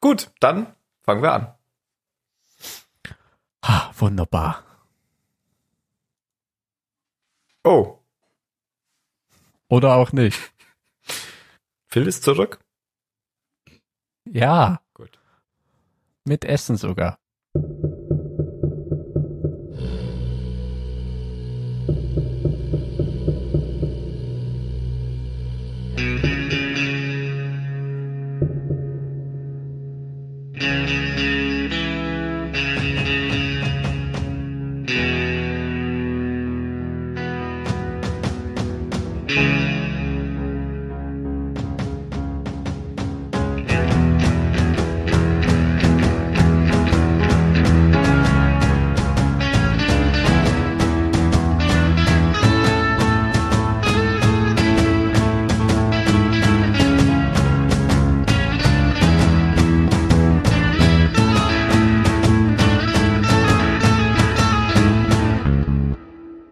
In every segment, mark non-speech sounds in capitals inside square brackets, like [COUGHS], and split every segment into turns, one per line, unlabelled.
Gut, dann fangen wir an.
Ha, wunderbar.
Oh,
Oder auch nicht.
Phil ist zurück.
Ja.
Gut.
Mit Essen sogar.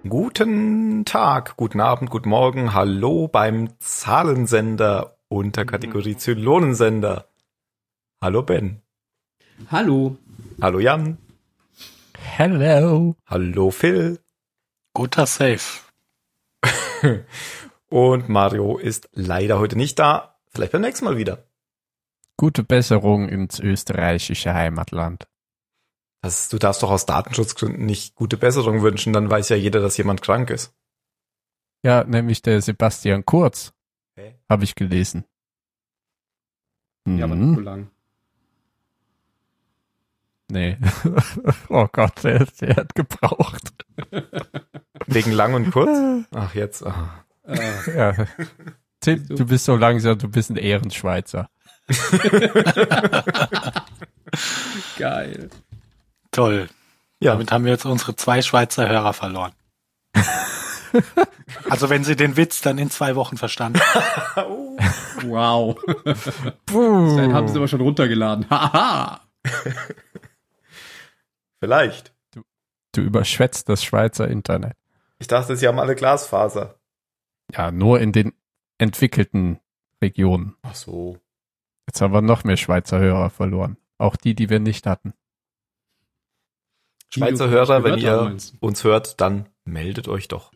Guten Tag, guten Abend, guten Morgen. Hallo beim Zahlensender unter
Mhm.
Kategorie Zylonensender. Hallo Ben.
Hallo.
Hallo Jan.
Hello.
Hallo Phil.
Guter Safe.
[LAUGHS] Und Mario ist leider heute nicht da. Vielleicht beim nächsten Mal wieder.
Gute Besserung ins österreichische Heimatland.
Das, du darfst doch aus Datenschutzgründen nicht gute Besserung wünschen, dann weiß ja jeder, dass jemand krank ist.
Ja, nämlich der Sebastian Kurz.
Hä?
Habe ich gelesen.
Ja, aber
Hm,
Mhm.
nicht so lang.
nee. [LAUGHS] oh Gott, der, der hat gebraucht.
Wegen lang und kurz? [LAUGHS] Ach, jetzt. ah.
Äh,
Ja. Tim,
Siehst du?
du bist so langsam, du bist ein Ehrenschweizer.
geil.
Toll.
Ja,
Damit haben wir jetzt unsere zwei Schweizer Hörer [LAUGHS] verloren. also wenn Sie den Witz dann in zwei Wochen verstanden. haben.
oh,
Wow. [LAUGHS] Dann haben sie
Puh.
aber schon runtergeladen. [LAUGHS] Haha.
vielleicht.
Du überschwätzt das Schweizer Internet.
Ich dachte, sie haben alle Glasfaser.
Ja, nur in den entwickelten Regionen.
Ach so.
Jetzt haben wir noch mehr Schweizer Hörer verloren. Auch die, die wir nicht hatten.
Die
Schweizer
du
Hörer,
gehört
wenn
haben,
ihr
meinst du?
uns hört, dann meldet euch doch.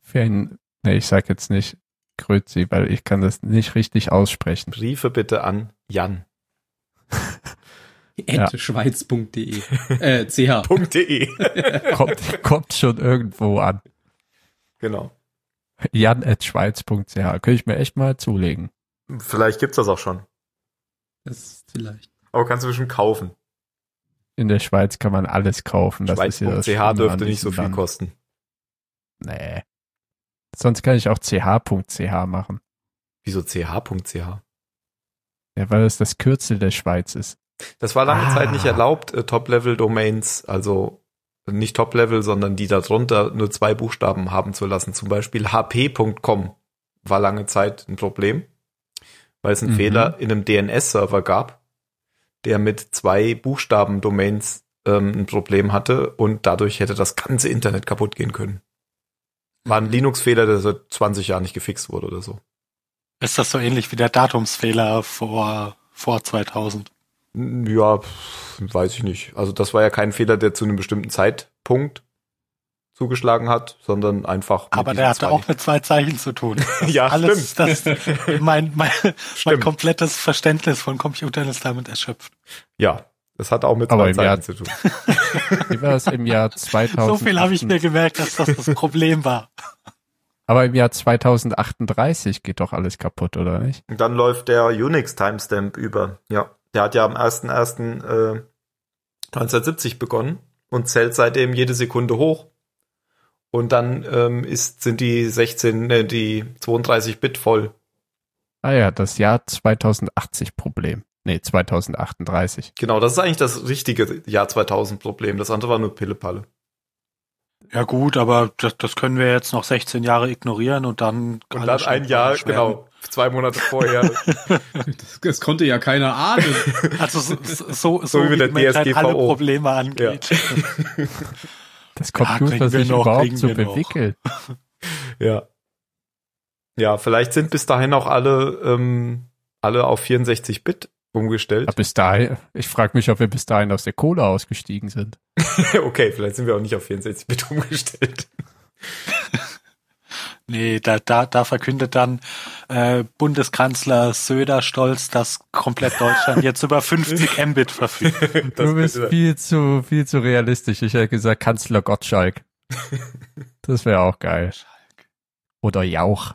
Für ein, nee, ich sag jetzt nicht Grüezi, weil ich kann das nicht
[LAUGHS]
richtig aussprechen.
Briefe bitte an Jan.de.
Ja.
[LAUGHS]
At schweiz.de. Äh, ch.
Kommt, kommt schon irgendwo an.
genau.
Jan.schweiz.ch. Könnte ich mir echt mal zulegen.
Vielleicht gibt's das auch schon.
Das
[LAUGHS]
ist vielleicht.
Aber kannst du bestimmt kaufen.
In der Schweiz kann man alles kaufen. Das ist ja das Schlimme
Schweiz.ch
an
um dürfte nicht so
diesem
viel
Land.
kosten.
Nee. Sonst kann ich auch ch.ch machen.
Wieso ch.ch?
Ja, weil es das Kürzel der Schweiz ist.
Das war lange
Ah.
Zeit nicht erlaubt, äh, Top-Level-Domains, also nicht Top-Level, sondern die darunter nur zwei Buchstaben haben zu lassen. Zum Beispiel hp.com war lange Zeit ein Problem, weil es einen
Mhm.
Fehler in einem DNS-Server gab, der mit zwei Buchstaben-Domains ähm, ein Problem hatte und dadurch hätte das ganze Internet kaputt gehen können. War
Mhm.
ein Linux-Fehler, der seit 20 Jahren nicht gefixt wurde oder so.
Ist das so ähnlich wie der Datumsfehler vor, vor 2000?
Ja, pf, weiß ich nicht. Also das war ja kein Fehler, der zu einem bestimmten Zeitpunkt zugeschlagen hat, sondern einfach. mit
Aber
diesen
der hatte
zwei-
auch mit zwei Zeichen zu [LAUGHS] tun.
ja,
Alles,
stimmt.
das, mein, mein, mein
Stimmt.
komplettes Verständnis von Computern ist damit erschöpft.
Ja, das hat auch mit
Aber
zwei
im Jahr-
Zeichen zu tun.
Wie war es
[LAUGHS]
im Jahr 2000?
So viel habe ich mir gemerkt, dass das das Problem war.
Aber im Jahr 2038 geht doch alles kaputt, oder nicht?
Und dann läuft der Unix-Timestamp über. Ja, der hat ja am 1.1. äh, 1970 begonnen und zählt seitdem jede Sekunde hoch. Und dann ähm, ist, sind die 16, äh, die 32 Bit voll.
Ah ja, das Jahr 2080 Problem. Nee, 2038.
Genau, das ist eigentlich das richtige Jahr 2000 Problem. Das andere war nur Pillepalle.
Ja gut, aber das, das können wir jetzt noch 16 Jahre ignorieren und dann
Und
alle
dann ein
schön
Jahr,
schwärmen.
genau, zwei Monate vorher.
Das, das konnte ja keiner ahnen.
Also so, so, so,
So wie
wie,
mit der
die Menschheit alle
DSGVO.
Probleme angeht.
Das
Ja,
Computer
kriegen wir
sich
noch, kriegen
überhaupt so
wir noch.
bewickelt.
[LAUGHS] ja. Ja, vielleicht sind bis dahin auch alle, ähm, alle auf 64-Bit umgestellt.
Aber bis dahin, ich frage mich, ob wir bis dahin aus der Kohle ausgestiegen sind.
[LAUGHS] okay, vielleicht sind wir auch nicht auf 64 Bit [LAUGHS] umgestellt.
[LAUGHS] Nee, da, da, da verkündet dann äh, Bundeskanzler Söder stolz, dass komplett Deutschland jetzt
[LAUGHS]
über 50 Mbit verfügt.
Das
du bist
könnte-
viel zu, viel zu realistisch. Ich hätte gesagt, Kanzler
[LAUGHS]
Gottschalk. Das wäre auch geil. Oder Jauch.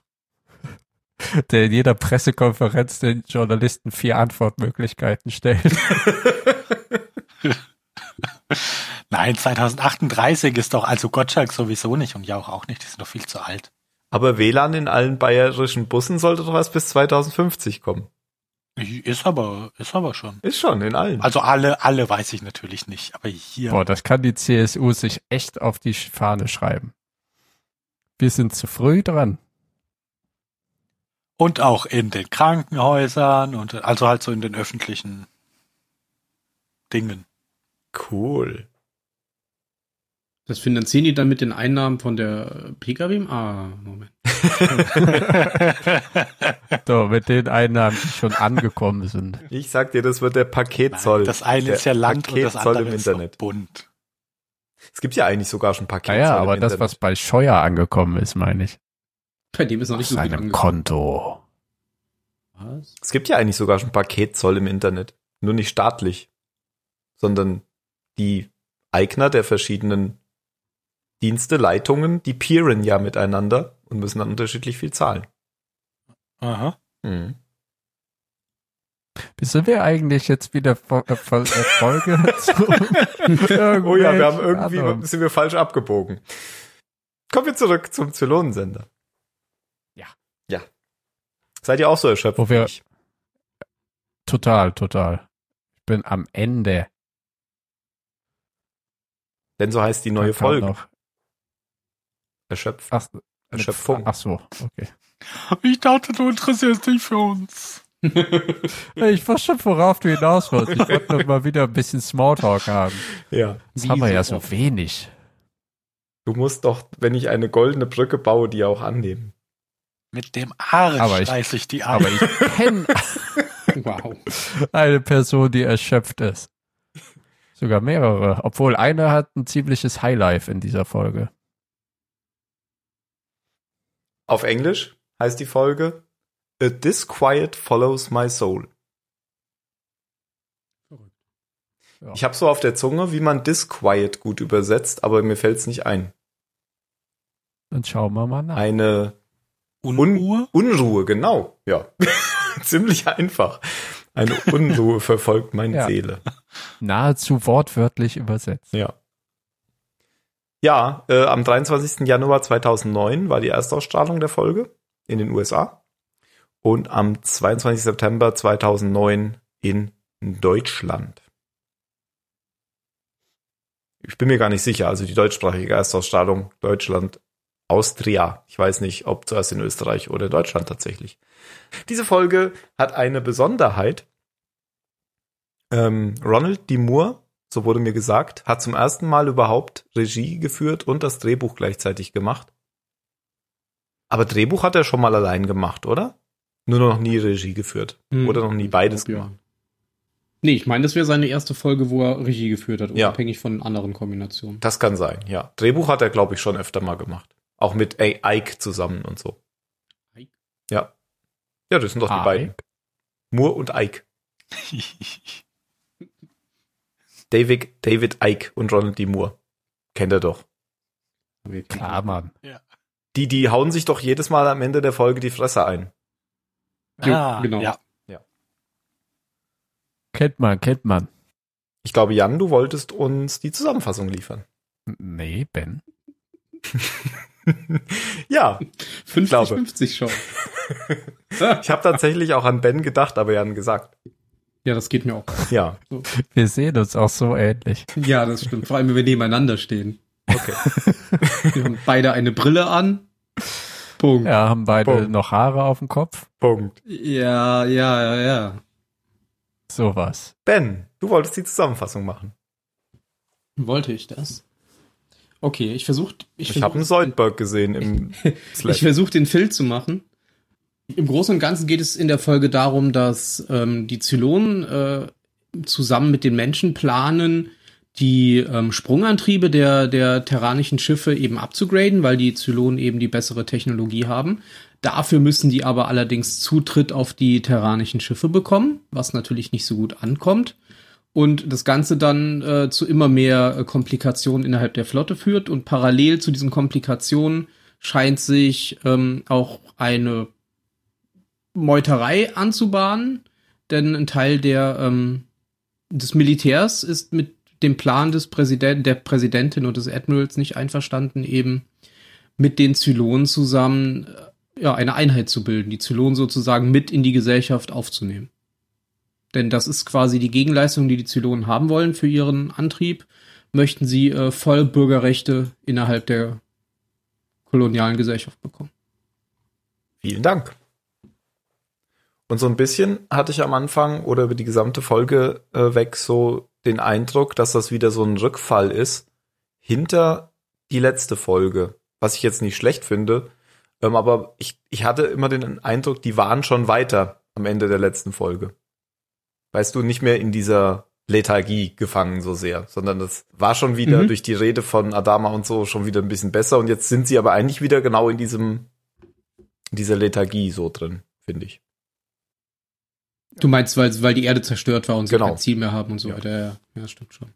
Der in jeder Pressekonferenz den Journalisten vier Antwortmöglichkeiten stellt.
Nein, 2038 ist doch also Gottschalk sowieso nicht und Jauch auch nicht, die sind doch viel zu alt.
Aber WLAN in allen bayerischen Bussen sollte doch erst bis 2050 kommen.
Ist aber, ist aber schon.
Ist schon, in allen.
Also alle, alle weiß ich natürlich nicht, aber hier.
Boah, das kann die CSU sich echt auf die Fahne schreiben. Wir sind zu früh dran.
Und auch in den Krankenhäusern und also halt so in den öffentlichen
[LAUGHS]
Dingen.
cool.
Das finanzieren die dann mit den Einnahmen von der PKW? Ah, Moment.
So, mit den Einnahmen, die schon
[LAUGHS]
angekommen sind.
Ich sag dir, das wird der Paketzoll.
Nein, das eine
der
ist ja Land und das
Paketzoll
andere
im
ist so
Internet.
bunt.
Es gibt ja eigentlich sogar schon Paketzoll.
Naja, aber
im
das,
Internet.
was bei Scheuer angekommen ist, meine ich.
Bei dem ist noch
Auf
nicht so gut
seinem
angekommen.
Konto.
Was?
Es gibt ja eigentlich sogar schon Paketzoll im Internet. Nur nicht staatlich, sondern die Eigner der verschiedenen Dienste, Leitungen, die peeren ja miteinander und müssen dann unterschiedlich viel zahlen.
Aha.
Mhm.
Wie sind wir eigentlich jetzt wieder von äh, von der Folge [LAUGHS] zu
Oh ja, wir haben irgendwie
Ahnung.
sind wir falsch abgebogen. Kommen wir zurück zum Zylonensender.
Ja.
Ja. Seid ihr auch so erschöpft?
Wo wir-
wie ich?
Total, total. Ich bin am Ende.
Denn so heißt die
Da
neue
kam
Folge.
Noch.
Erschöpft.
Ach, mit-
Erschöpfung.
Ach so, okay.
Ich dachte, du interessierst dich für uns.
Ich weiß schon, worauf du hinaus wolltest. Ich wollte
[LAUGHS]
noch mal wieder ein bisschen Smalltalk haben.
Ja.
Das
Wie
haben wir ja
so
so
oft.
wenig.
Du musst doch, wenn ich eine goldene Brücke baue, die auch annehmen.
Mit dem Arsch
Aber ich-
reiß ich die
Aber
Arme.
[LAUGHS]
ich kenne
Wow.
eine Person, die erschöpft ist. Sogar mehrere. Obwohl eine hat ein ziemliches Highlife in dieser Folge.
Auf Englisch heißt die Folge A Disquiet Follows My Soul.
Ja.
Ich habe so auf der Zunge, wie man Disquiet gut übersetzt, aber mir fällt es nicht ein.
Dann schauen wir mal nach.
Eine
[LAUGHS] Unruhe?
Unruhe, genau. Ja. [LAUGHS] Ziemlich einfach. Eine Unruhe verfolgt meine
Ja.
Seele.
Nahezu wortwörtlich übersetzt.
Ja. Ja, äh, am 23. Januar 2009 war die Erstausstrahlung der Folge in den USA und am 22. September 2009 in Deutschland. Ich bin mir gar nicht sicher, also die deutschsprachige Erstausstrahlung Deutschland, Austria. Ich weiß nicht, ob zuerst in Österreich oder Deutschland tatsächlich. Diese Folge hat eine Besonderheit. Ähm, Ronald D. Moore so wurde mir gesagt, hat zum ersten Mal überhaupt Regie geführt und das Drehbuch gleichzeitig gemacht. Aber Drehbuch hat er schon mal allein gemacht, oder? Nur noch nie Regie geführt. [LAUGHS]
Hm.
Oder noch nie beides
Ich glaub, ja.
gemacht.
Nee, ich meine, das wäre seine erste Folge, wo er Regie geführt hat,
Ja.
unabhängig von anderen Kombinationen.
Das kann sein, ja. Drehbuch hat er, glaube ich, schon öfter mal gemacht. Auch mit A- Ike zusammen und so.
Ike? Ah,
Ja. Ja, das sind doch die
Ike?
beiden. Moore und Ike. David, David Ike und Ronald D. Moore. Kennt er doch.
Wir-
Klar, Mann.
Die, die hauen sich doch jedes Mal am Ende der Folge die Fresse ein.
Jo,
ah,
genau.
Ja.
Kennt man, kennt man.
Ich glaube, Jan, du wolltest uns die Zusammenfassung liefern.
Nee, Ben.
ja,
50,
glaube. [LAUGHS]
50 schon.
ich habe tatsächlich auch an Ben gedacht, aber Jan gesagt.
ja, das geht mir auch.
Ja,
Wir sehen uns auch so ähnlich.
Ja, das stimmt. Vor allem, wenn wir nebeneinander stehen.
okay.
[LAUGHS] Wir haben beide eine Brille an. Punkt.
Ja, haben beide
Boom.
noch Haare auf dem Kopf.
Punkt.
Ja, ja, ja, ja.
Sowas.
Ben, du wolltest die Zusammenfassung machen.
Wollte ich das? Okay, ich versuche.
Ich,
versuch-
habe einen Soldberg gesehen im
[LAUGHS] Ich
Slash.
versuche den Phil zu machen. Im Großen und Ganzen geht es in der Folge darum, dass ähm, die Zylonen äh, zusammen mit den Menschen planen, die ähm, Sprungantriebe der, der terranischen Schiffe eben abzugraden, weil die Zylonen eben die bessere Technologie haben. Dafür müssen die aber allerdings Zutritt auf die terranischen Schiffe bekommen, was natürlich nicht so gut ankommt. Und das Ganze dann äh, zu immer mehr äh, Komplikationen innerhalb der Flotte führt. Und parallel zu diesen Komplikationen scheint sich ähm, auch eine Meuterei anzubahnen, denn ein Teil der, ähm, des Militärs ist mit dem Plan des Präsidenten, der Präsidentin und des Admirals nicht einverstanden, eben mit den Zylonen zusammen äh, ja, eine Einheit zu bilden, die Zylonen sozusagen mit in die Gesellschaft aufzunehmen. Denn das ist quasi die Gegenleistung, die die Zylonen haben wollen für ihren Antrieb, möchten sie äh, voll Bürgerrechte innerhalb der kolonialen Gesellschaft bekommen.
Vielen Dank. Und so ein bisschen hatte ich am Anfang oder über die gesamte Folge äh, weg so den Eindruck, dass das wieder so ein Rückfall ist hinter die letzte Folge, was ich jetzt nicht schlecht finde. Ähm, aber ich, ich hatte immer den Eindruck, die waren schon weiter am Ende der letzten Folge. Weißt du, nicht mehr in dieser Lethargie gefangen so sehr, sondern das war schon wieder
Mhm.
durch die Rede von Adama und so schon wieder ein bisschen besser. Und jetzt sind sie aber eigentlich wieder genau in diesem, in dieser Lethargie so drin, finde ich.
Du meinst, weil, weil die Erde zerstört war und sie
Genau.
kein Ziel mehr haben und so
Ja.
weiter. Ja, ja, stimmt schon.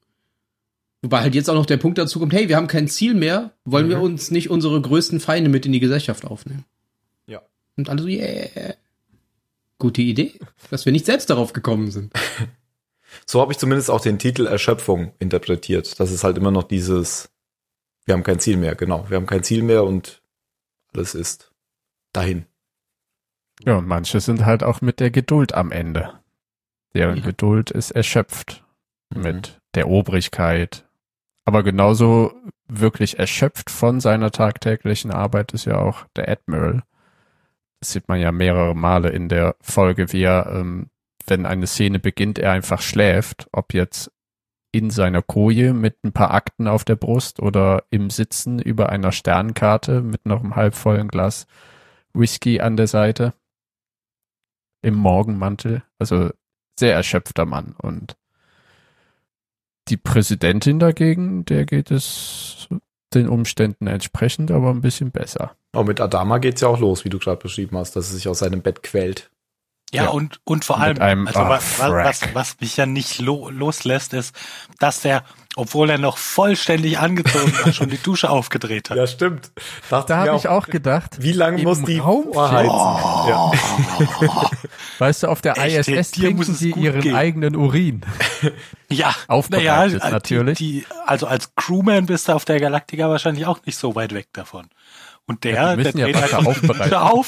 Wobei halt jetzt auch noch der Punkt dazu kommt, hey, wir haben kein Ziel mehr, wollen wir
Mhm.
uns nicht unsere größten Feinde mit in die Gesellschaft aufnehmen?
Ja.
Und alle so, yeah. Gute Idee, dass wir nicht selbst darauf gekommen sind.
So habe ich zumindest auch den Titel Erschöpfung interpretiert. Das ist halt immer noch dieses, wir haben kein Ziel mehr, genau. Wir haben kein Ziel mehr und alles ist dahin.
Ja, und manche sind halt auch mit der Geduld am Ende. Deren
Ja.
Geduld ist erschöpft
Mhm.
mit der Obrigkeit. Aber genauso wirklich erschöpft von seiner tagtäglichen Arbeit ist ja auch der Admiral. Das sieht man ja mehrere Male in der Folge, wie er, ähm, wenn eine Szene beginnt, er einfach schläft, ob jetzt in seiner Koje mit ein paar Akten auf der Brust oder im Sitzen über einer Sternkarte mit noch einem halbvollen Glas Whisky an der Seite im Morgenmantel. Also sehr erschöpfter Mann. Und die Präsidentin dagegen, der geht es den Umständen entsprechend, aber ein bisschen besser.
Aber mit Adama geht's ja auch los, wie du gerade beschrieben hast, dass er sich aus seinem Bett quält.
Ja,
Ja.
und und vor
Mit
allem,
einem-
also
ah,
was, was,
frack.
was, was mich ja nicht lo loslässt, ist, dass der, obwohl er noch vollständig angezogen [LAUGHS] war, schon die Dusche aufgedreht hat.
stimmt. Dachte
Da habe ich auch gedacht,
wie lange
im
muss die
Raum
Vorheizen?
Oh,
Ja.
weißt du, auf der ISS
Echt, dir muss
trinken
es
sie
gut
ihren
gehen.
eigenen Urin.
Ja,
Aufbereitet
na ja, äh,
natürlich.
Die, die, also als Crewman bist du auf der Galaktika wahrscheinlich auch nicht so weit weg davon. Und der,
Ja, die
der
müssen ja
dreht
Wasser
einfach die
aufbereiten.
Dusche [LAUGHS] auf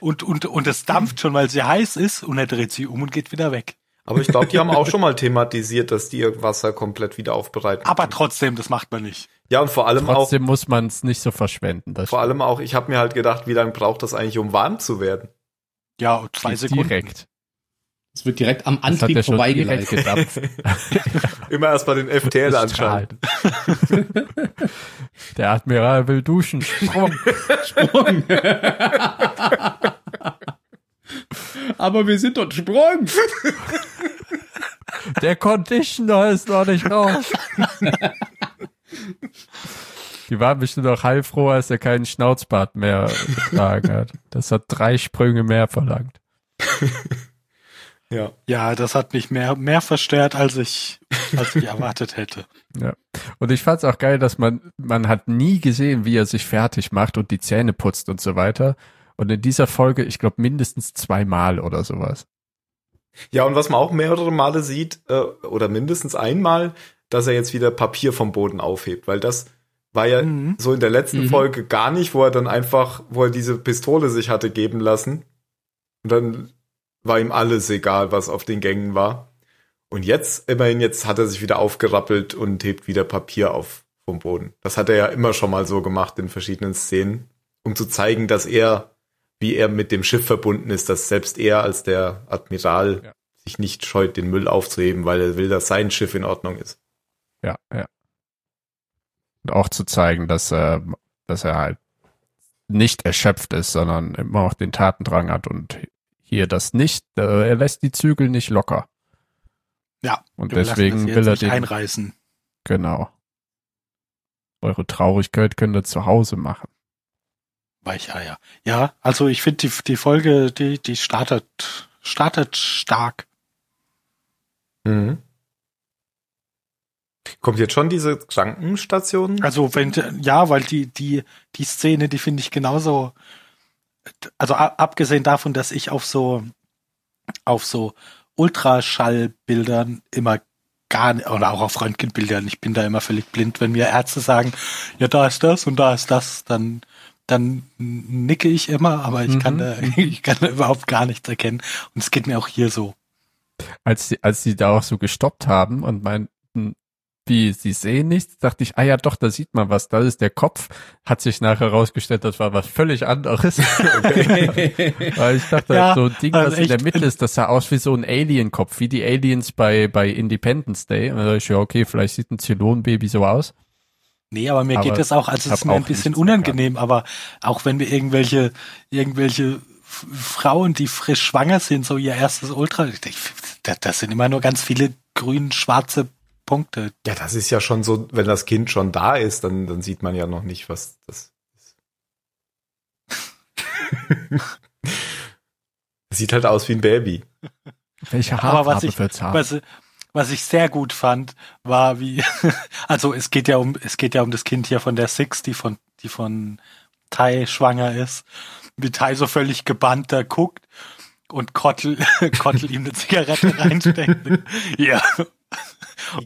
und, und, und es dampft schon, weil sie heiß ist und er dreht sie um und geht wieder weg.
Aber ich glaube, die haben auch schon mal thematisiert, dass die ihr Wasser komplett wieder aufbereiten.
Aber trotzdem, das macht man nicht.
ja, und vor allem auch,
Trotzdem muss man es nicht so verschwenden. Das
vor allem auch, ich habe mir halt gedacht, wie lange braucht das eigentlich, um warm zu werden?
Ja, zwei
geht
Sekunden.
direkt.
Es wird direkt am
Das hat
Antrieb
er schon direkt
vorbeigeleitet.
[LAUGHS]
gedampft.
Immer erst mal den FTL anschauen.
[LAUGHS] der Admiral will duschen. Sprung.
[LAUGHS]
Sprung. [LAUGHS] Aber wir sind
[LAUGHS]
dort Sprung.
Der Conditioner ist noch nicht raus. Die waren bestimmt auch heilfroh, als er keinen Schnauzbart mehr getragen hat. Das hat drei Sprünge mehr verlangt.
Ja.
Ja, das hat mich mehr, mehr verstört, als ich,
[LAUGHS]
als ich erwartet hätte.
Und ich fand's auch geil, dass man, man hat nie gesehen, wie er sich fertig macht und die Zähne putzt und so weiter. Und in dieser Folge, ich glaube, mindestens zweimal oder sowas.
Ja, und was man auch mehrere Male sieht, äh, oder mindestens einmal, dass er jetzt wieder Papier vom Boden aufhebt, weil das war
Äh,
ja
Mhm.
so in der letzten
Mhm.
Folge gar nicht, wo er dann einfach, wo er diese Pistole sich hatte geben lassen. Und dann war ihm alles egal, was auf den Gängen war. Und jetzt, immerhin, jetzt hat er sich wieder aufgerappelt und hebt wieder Papier auf vom Boden. Das hat er ja immer schon mal so gemacht in verschiedenen Szenen, um zu zeigen, dass er, wie er mit dem Schiff verbunden ist, dass selbst er als der Admiral
Ja.
sich nicht scheut, den Müll aufzuheben, weil er will, dass sein Schiff in Ordnung ist.
Ja, ja. Und auch zu zeigen, dass, äh, dass er halt nicht erschöpft ist, sondern immer auch den Tatendrang hat und hier das nicht. Äh, er lässt die Zügel nicht locker.
Ja,
Und
wir lassen das
deswegen
jetzt
will er
nicht
den.
einreißen.
Genau. Eure Traurigkeit könnt ihr zu Hause machen.
Weicheier. Ja, also ich finde die, die Folge, die, die startet, startet stark.
Mhm. Kommt jetzt schon diese Krankenstation?
Also wenn, ja, weil die, die, die Szene, die finde ich genauso, also a- abgesehen davon, dass ich auf so, auf so Ultraschallbildern immer gar nicht, oder auch auf Röntgenbildern, ich bin da immer völlig blind, wenn mir Ärzte sagen, ja, da ist das und da ist das, dann, dann nicke ich immer, aber ich kann
Mhm.
da, [LAUGHS] ich kann da überhaupt gar nichts erkennen. Und es geht mir auch hier so.
Als sie, als sie da auch so gestoppt haben und meinten, wie, sie sehen nichts, dachte ich, ah ja doch, da sieht man was, da ist der Kopf. Hat sich nachher herausgestellt, das war was völlig
[LAUGHS]
anderes. [LAUGHS] Weil ich dachte,
Ja,
so ein Ding,
also
was in der
echt,
Mitte ist, das sah aus wie so ein Alien-Kopf, wie die Aliens bei, bei Independence Day. Und da dachte ich, ja, okay, vielleicht sieht ein Zylon-Baby so aus.
Nee, aber mir
Aber
geht das auch, also es
hab
ist mir ein
auch
bisschen
nichts
unangenehm, aber auch wenn wir irgendwelche, irgendwelche F- Frauen, die frisch schwanger sind, so ihr erstes Ultra, ich denk, das, das sind immer nur ganz viele grün, schwarze Punkte.
Ja, das ist ja schon so, wenn das Kind schon da ist, dann, dann sieht man ja noch nicht, was das ist. [LAUGHS] Sieht halt aus wie ein Baby.
Welche
Aber was
Haarfarbe
ich-
wird's
Ah.
haben?
Was, was ich sehr gut fand, war wie, [LAUGHS] also es geht ja um, es geht ja um das Kind hier von der Six, die von, die von Tai schwanger ist, wie Tai so völlig gebannt da guckt und Kottel, [LAUGHS] Kottel ihm eine
[LAUGHS]
Zigarette reinsteckt. ja.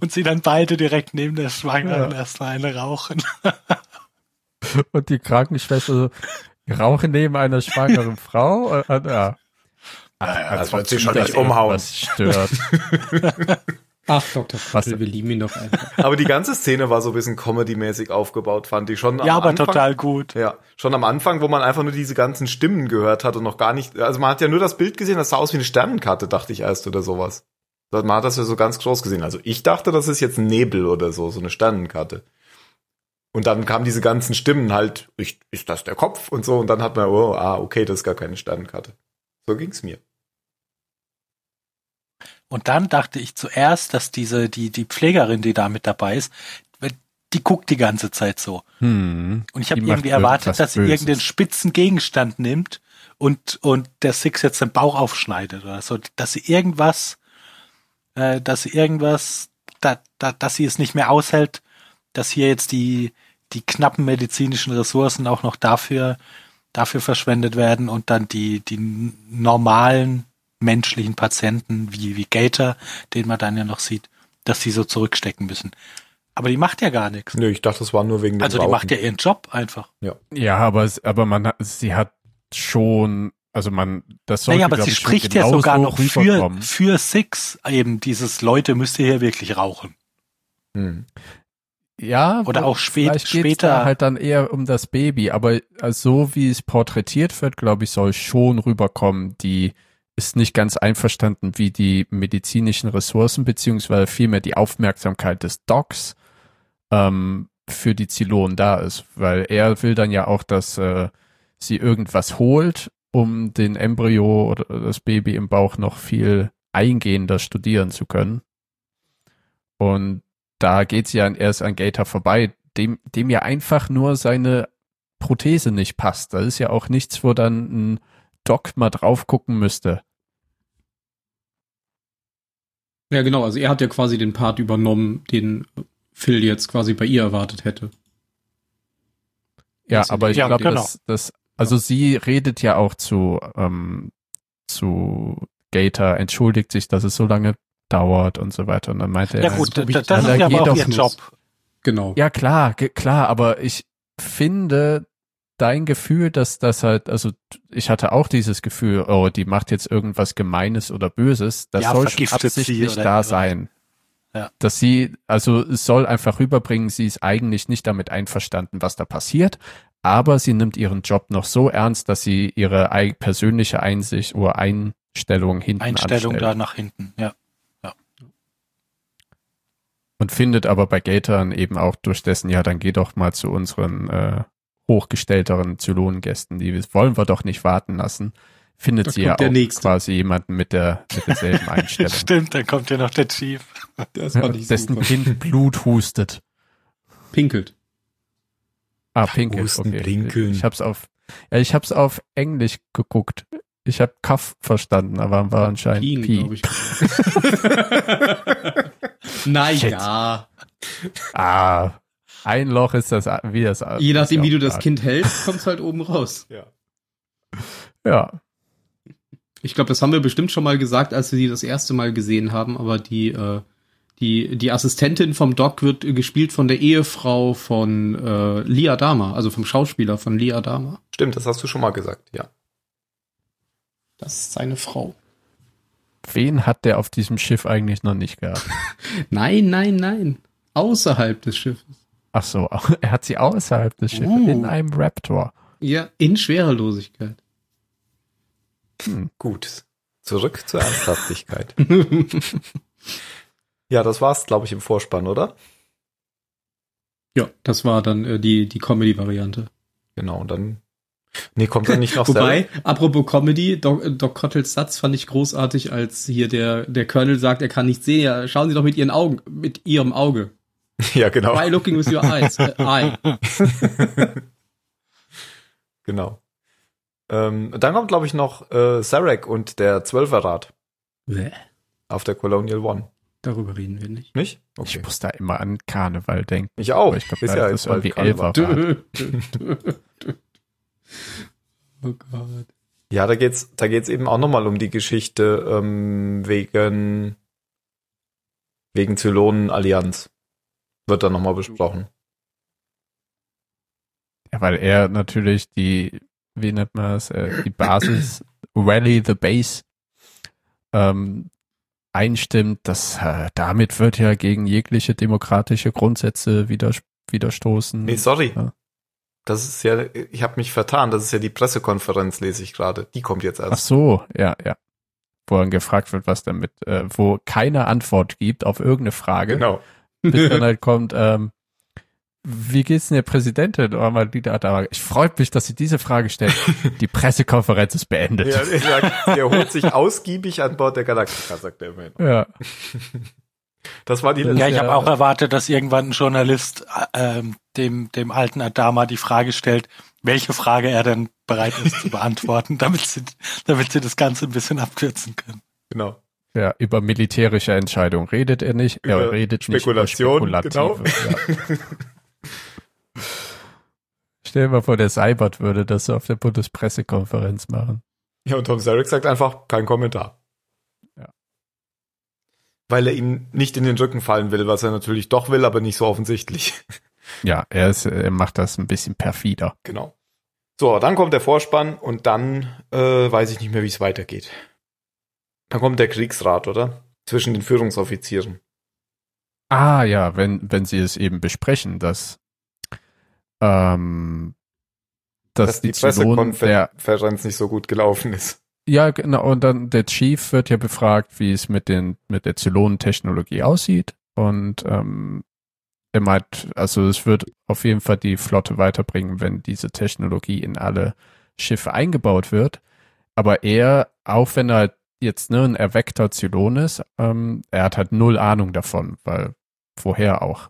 Und sie dann beide direkt neben der Schwangeren
Ja.
erstmal eine rauchen.
Und die Krankenschwester so, "Wir rauchen neben einer schwangeren Frau? Äh, äh, ja.
das
als
also wird
ob
sie schon
das
nicht umhauen.
irgendwas stört.
Ach, Dr.
Was-
Kottel, Also, wir lieben ihn doch einfach.
Aber die ganze Szene war so ein bisschen comedy-mäßig aufgebaut, fand ich schon. am
Ja, aber
Anfang-
total gut.
Ja, schon am Anfang, wo man einfach nur diese ganzen Stimmen gehört hat und noch gar nicht, also man hat ja nur das Bild gesehen, das sah aus wie eine Sternenkarte, dachte ich erst oder sowas. Man hat das ja so ganz groß gesehen. Also ich dachte, das ist jetzt ein Nebel oder so, so eine Sternenkarte. Und dann kamen diese ganzen Stimmen halt, ich, ist das der Kopf und so, und dann hat man, oh, ah, okay, das ist gar keine Sternenkarte. So ging's mir.
Und dann dachte ich zuerst, dass diese, die, die Pflegerin, die da mit dabei ist, die guckt die ganze Zeit so.
Hm.
Und ich habe
Die macht
irgendwie erwartet,
irgendwas
dass sie
Böses.
irgendeinen spitzen Gegenstand nimmt und, und der Six jetzt den Bauch aufschneidet oder so, dass sie irgendwas, äh, dass sie irgendwas, da, da, dass sie es nicht mehr aushält, dass hier jetzt die, die knappen medizinischen Ressourcen auch noch dafür, dafür verschwendet werden und dann die, die normalen menschlichen Patienten wie, wie Gator, den man dann ja noch sieht, dass die so zurückstecken müssen. Aber die macht ja gar nichts.
Nö, ich dachte, das war nur wegen dem
Also die
Rauchen.
macht ja ihren Job einfach.
Ja, aber, es- aber man, hat- sie hat schon, also man, das sollte,
naja, aber
glaub
sie
ich, schon
spricht ja
genauso
sogar noch für,
rüberkommen.
für Six eben dieses Leute müsst ihr hier wirklich rauchen.
Hm.
Ja,
Oder
wo-
auch spät-
vielleicht geht's
später-
da halt dann eher um das Baby, aber äh, so wie es porträtiert wird, glaube ich, soll schon rüberkommen, die ist nicht ganz einverstanden, wie die medizinischen Ressourcen beziehungsweise vielmehr die Aufmerksamkeit des Docs ähm, für die Zylonen da ist, weil er will dann ja auch, dass äh, sie irgendwas holt, um den Embryo oder das Baby im Bauch noch viel eingehender studieren zu können. Und da geht sie ja an- erst an Gator vorbei, dem, dem ja einfach nur seine Prothese nicht passt. Da ist ja auch nichts, wo dann ein Doc mal drauf gucken müsste.
Ja, genau, also er hat ja quasi den Part übernommen, den Phil jetzt quasi bei ihr erwartet hätte.
Ja,
Das sind
aber ich
ja,
glaube,
genau.
dass das, also sie redet ja auch zu, ähm, zu Gator, entschuldigt sich, dass es so lange dauert und so weiter. Und dann meinte
Ja,
er,
gut,
so
da-
wie ich-
das
Ja,
ist
da
ja aber
geht
auch
doch
ihr
los.
Job.
Genau.
Ja, klar, ge- klar, aber ich finde dein Gefühl, dass das halt, also ich hatte auch dieses Gefühl, oh, die macht jetzt irgendwas Gemeines oder Böses, das
Ja,
soll schon
vergiftet sie
absichtlich
oder
da
irgendwas.
sein.
Ja.
Dass sie, also es soll einfach rüberbringen, sie ist eigentlich nicht damit einverstanden, was da passiert, aber sie nimmt ihren Job noch so ernst, dass sie ihre ei- persönliche Einsicht oder Einstellung hinten
Einstellung
anstellt.
da nach hinten. Ja.
Und findet aber bei Gatern eben auch durch dessen, ja, dann geh doch mal zu unseren äh, hochgestellteren Zylonengästen, die wollen wir doch nicht warten lassen, findet
Da
sie ja
kommt der
auch
Nächste.
quasi jemanden mit, der, mit
[LAUGHS]
derselben Einstellung.
[LAUGHS] Stimmt, dann kommt ja noch der Chief.
Das
Ja, dessen Kind Blut hustet.
Pinkelt.
Ah, pinkeln.
Husten,
okay.
pinkeln.
Ich hab's auf, ja, ich hab's auf Englisch geguckt. Ich hab Kaff verstanden, aber war anscheinend
Pien,
Pi.
glaube ich. [LAUGHS] naja,
Ah, ein Loch ist das, a- wie das.
je nachdem, wie du das
ja,
Kind hältst, kommst halt oben raus.
Ja,
Ich glaube, das haben wir bestimmt schon mal gesagt, als wir die das erste Mal gesehen haben, aber die, äh, die, die Assistentin vom Doc wird äh, gespielt von der Ehefrau von äh, Lee Adama, also vom Schauspieler von Lee Adama.
Stimmt, das hast du schon mal gesagt, ja.
Das ist seine Frau.
wen hat der auf diesem Schiff eigentlich noch nicht gehabt?
Nein, nein, nein. Außerhalb des Schiffes.
Ach so, [LAUGHS] er hat sie außerhalb des Schiffes
Oh.
Uh.
in einem Raptor.
Ja, in Schwerelosigkeit. [LAUGHS]
Gut. Zurück zur [LAUGHS] Ernsthaftigkeit. ja, das war's, glaube ich, im Vorspann, oder?
ja, das war dann äh, die, die Comedy-Variante.
Genau, und dann. Nee, kommt dann
[LAUGHS]
nicht noch
Wobei, apropos Comedy, Doc, äh, Doc Cottels Satz fand ich großartig, als hier der, der Colonel sagt, er kann nicht sehen. Ja, schauen Sie doch mit Ihren Augen, mit Ihrem Auge.
Sarah? [LAUGHS] Ja, genau.
By looking with your eyes. Äh, eye.
genau. Ähm, dann kommt, glaube ich, noch äh, Sarek und der Zwölferrad
Bäh.
auf der Colonial One,
Darüber reden wir nicht.
nicht? Okay.
Ich muss da immer an Karneval denken.
Ich, auch.
aber ich glaub,
ist
das
ja
ist
jetzt bald
irgendwie
Karneval.
Elfer. Dö,
oh Gott.
Ja, da geht's, da geht's eben auch nochmal um die Geschichte ähm, wegen wegen Zylonen-Allianz. Wird dann nochmal besprochen.
Mhm. Ja, weil er natürlich die, wie nennt man es, äh, die Basis, [COUGHS] Rally the Base, ähm, einstimmt, dass äh, damit wird ja gegen jegliche demokratische Grundsätze widers widerstoßen.
Nee, sorry.
Ja.
Das ist ja, ich habe mich vertan, das ist ja die Pressekonferenz, lese ich gerade. Die kommt jetzt
Ach
erst.
so, ja, ja. Wo dann gefragt wird, was damit, äh, wo keine Antwort gibt auf irgendeine Frage,
genau.
bis dann halt kommt, ähm, wie geht's denn der Präsidentin? Oh, mal die da- da- Ich freut mich, dass sie diese Frage
[LAUGHS]
stellt. Die Pressekonferenz ist beendet.
Ja, er sagt, er holt sich ausgiebig an Bord der Galaktika, sagt er immerhin.
ja.
Das war die
Das
letzte.
Ja, ich
ja-
habe auch erwartet, dass irgendwann ein Journalist äh, ähm, dem, dem alten Adama die Frage stellt, welche Frage er denn bereit ist zu beantworten, [LAUGHS] damit sie, damit sie das Ganze ein bisschen abkürzen können.
Genau.
Ja, über militärische Entscheidungen redet er nicht.
Über
er redet nicht über
Spekulation, genau.
Spekulative.
[LAUGHS]
Ja. Stell dir mal vor, der Seibert würde das auf der Bundespressekonferenz machen.
Ja, und Tom Zarek sagt einfach, kein Kommentar.
Ja.
Weil er ihm nicht in den Rücken fallen will, was er natürlich doch will, aber nicht so offensichtlich. [LAUGHS]
Ja, er, ist, er macht das ein bisschen perfider.
Genau. So, dann kommt der Vorspann und dann äh, weiß ich nicht mehr, wie es weitergeht. Dann kommt der Kriegsrat, oder? Zwischen den Führungsoffizieren.
Ah ja, wenn, wenn sie es eben besprechen, dass, ähm, dass,
Dass
die,
die
Zylonen der
Pressekonferenz nicht so gut gelaufen ist.
Ja, genau. Und dann der Chief wird ja befragt, wie es mit den mit der Zylonentechnologie aussieht. Und ähm, er meint, also es wird auf jeden Fall die Flotte weiterbringen, wenn diese Technologie in alle Schiffe eingebaut wird. Aber er, auch wenn er halt jetzt ne, ein erweckter Zylon ist, ähm, er hat halt null Ahnung davon, weil woher auch.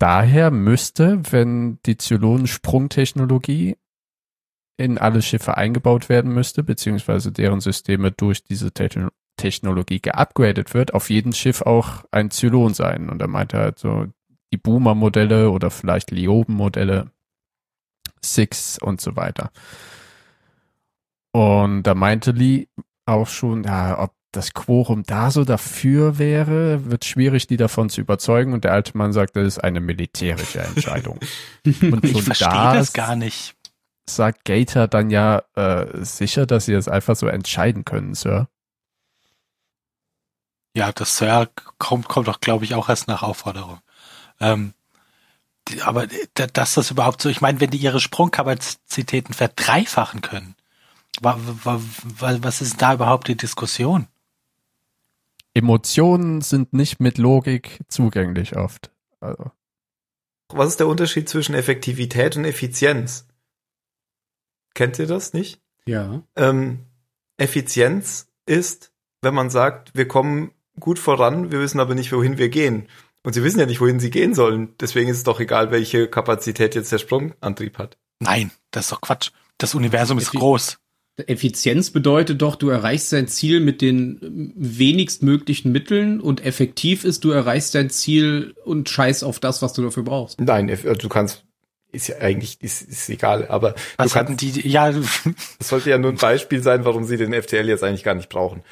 Daher müsste, wenn die Zylonen-Sprungtechnologie in alle Schiffe eingebaut werden müsste, beziehungsweise deren Systeme durch diese Techno Technologie geupgradet wird, auf jedem Schiff auch ein Zylon sein. Und er meinte halt so, die Boomer-Modelle oder vielleicht Lioben-Modelle, Six und so weiter. Und da meinte Lee auch schon, ja, ob das Quorum da so dafür wäre, wird schwierig, die davon zu überzeugen. Und der alte Mann sagte, das ist eine militärische
[LAUGHS]
Entscheidung. Und
Ich
schon
verstehe
da
das gar nicht.
sagt Gator dann ja äh, sicher, dass sie das einfach so entscheiden können, Sir.
Ja, das Sir kommt, kommt doch, glaube ich, auch erst nach Aufforderung. Ähm, die- aber d- dass das überhaupt so, ich meine, wenn die ihre Sprungkapazitäten verdreifachen können, wa, wa, wa, was ist da überhaupt die Diskussion?
Äh, Emotionen sind nicht mit Logik zugänglich oft. Also,
was ist der Unterschied zwischen Effektivität und Effizienz? Kennt ihr das nicht?
Ja.
Ähm, Effizienz ist, wenn man sagt, wir kommen gut voran, wir wissen aber nicht, wohin wir gehen. Und sie wissen ja nicht, wohin sie gehen sollen. Deswegen ist es doch egal, welche Kapazität jetzt der Sprungantrieb hat.
Nein, das ist doch Quatsch. Das Universum ist
Effi-
groß.
Effizienz bedeutet doch, du erreichst dein Ziel mit den ähm, wenigstmöglichen Mitteln und effektiv ist, du erreichst dein Ziel und scheiß auf das, was du dafür brauchst.
Nein, eff- also du kannst, ist ja eigentlich, ist, ist egal, aber
Was
du
hatten
kannst,
die? Ja,
das sollte ja nur ein Beispiel sein, warum sie den FTL jetzt eigentlich gar nicht brauchen.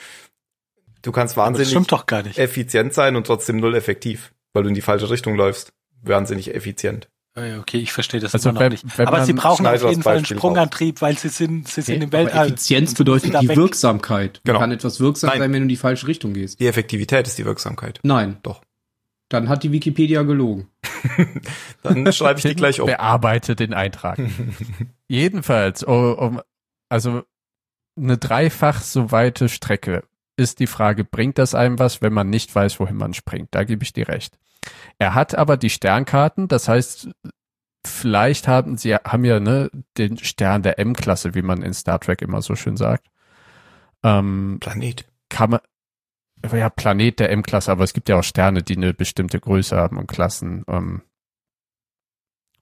Du kannst
[LAUGHS] das
wahnsinnig
stimmt doch gar nicht.
effizient sein und trotzdem null effektiv, weil du in die falsche Richtung läufst. Wahnsinnig effizient.
Äh, Okay, ich verstehe das
Also
immer noch
wenn-
nicht.
wenn
aber sie
man-
brauchen auf
Schneider
jeden
das
Fall einen
Beispiel
Sprungantrieb, weil sie sind, sie sind im Weltall.
Aber Effizienz
Und sie
bedeutet
müssen da
die
weg.
Wirksamkeit.
Genau.
Kann etwas wirksam
Nein.
sein, wenn du in die falsche Richtung gehst?
Die Effektivität ist die Wirksamkeit.
Nein.
Doch.
Dann hat die Wikipedia gelogen.
Dann schreibe ich die gleich um.
Bearbeite
[LAUGHS]
den Eintrag. Jedenfalls, um, um, also eine dreifach so weite Strecke ist die Frage, bringt das einem was, wenn man nicht weiß, wohin man springt? Da gebe ich dir recht. Er hat aber die Sternkarten, das heißt, vielleicht haben sie haben ja ne, den Stern der M-Klasse, wie man in Star Trek immer so schön sagt. Ähm,
Planet.
kann man ja Planet der M-Klasse, aber es gibt ja auch Sterne, die eine bestimmte Größe haben und Klassen. Ähm,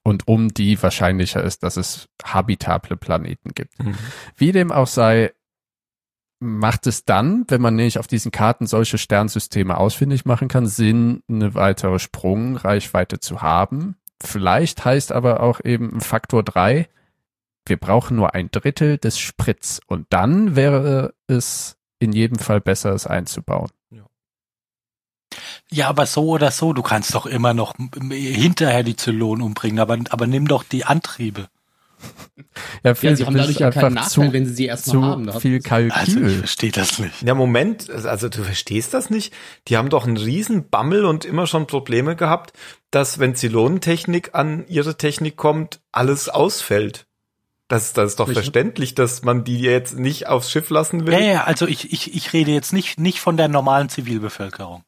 und um die wahrscheinlicher ist, dass es habitable Planeten gibt. Wie dem auch sei, macht es dann, wenn man nämlich auf diesen Karten solche Sternsysteme ausfindig machen kann, Sinn, eine weitere Sprungreichweite zu haben. Vielleicht heißt aber auch eben ein Faktor 3, wir brauchen nur ein Drittel des Spritz. Und dann wäre es in jedem Fall besser, es einzubauen.
Ja, aber so oder so, du kannst doch immer noch m- m- hinterher die Zylonen umbringen, aber, aber nimm doch die Antriebe.
Phil, du bist
wenn sie sie erstmal haben. ne?
zu
Da-
viel
Also ich
Kalkül.
verstehe das nicht.
Ja, Moment, also du verstehst das nicht? Die haben doch einen riesen Bammel und immer schon Probleme gehabt, dass wenn Zylonentechnik an ihre Technik kommt, alles ausfällt. Das, das ist doch
Ich-
verständlich, dass man die jetzt nicht aufs Schiff lassen will.
Ja, ja, also ich, ich, ich rede jetzt nicht, nicht von der normalen Zivilbevölkerung.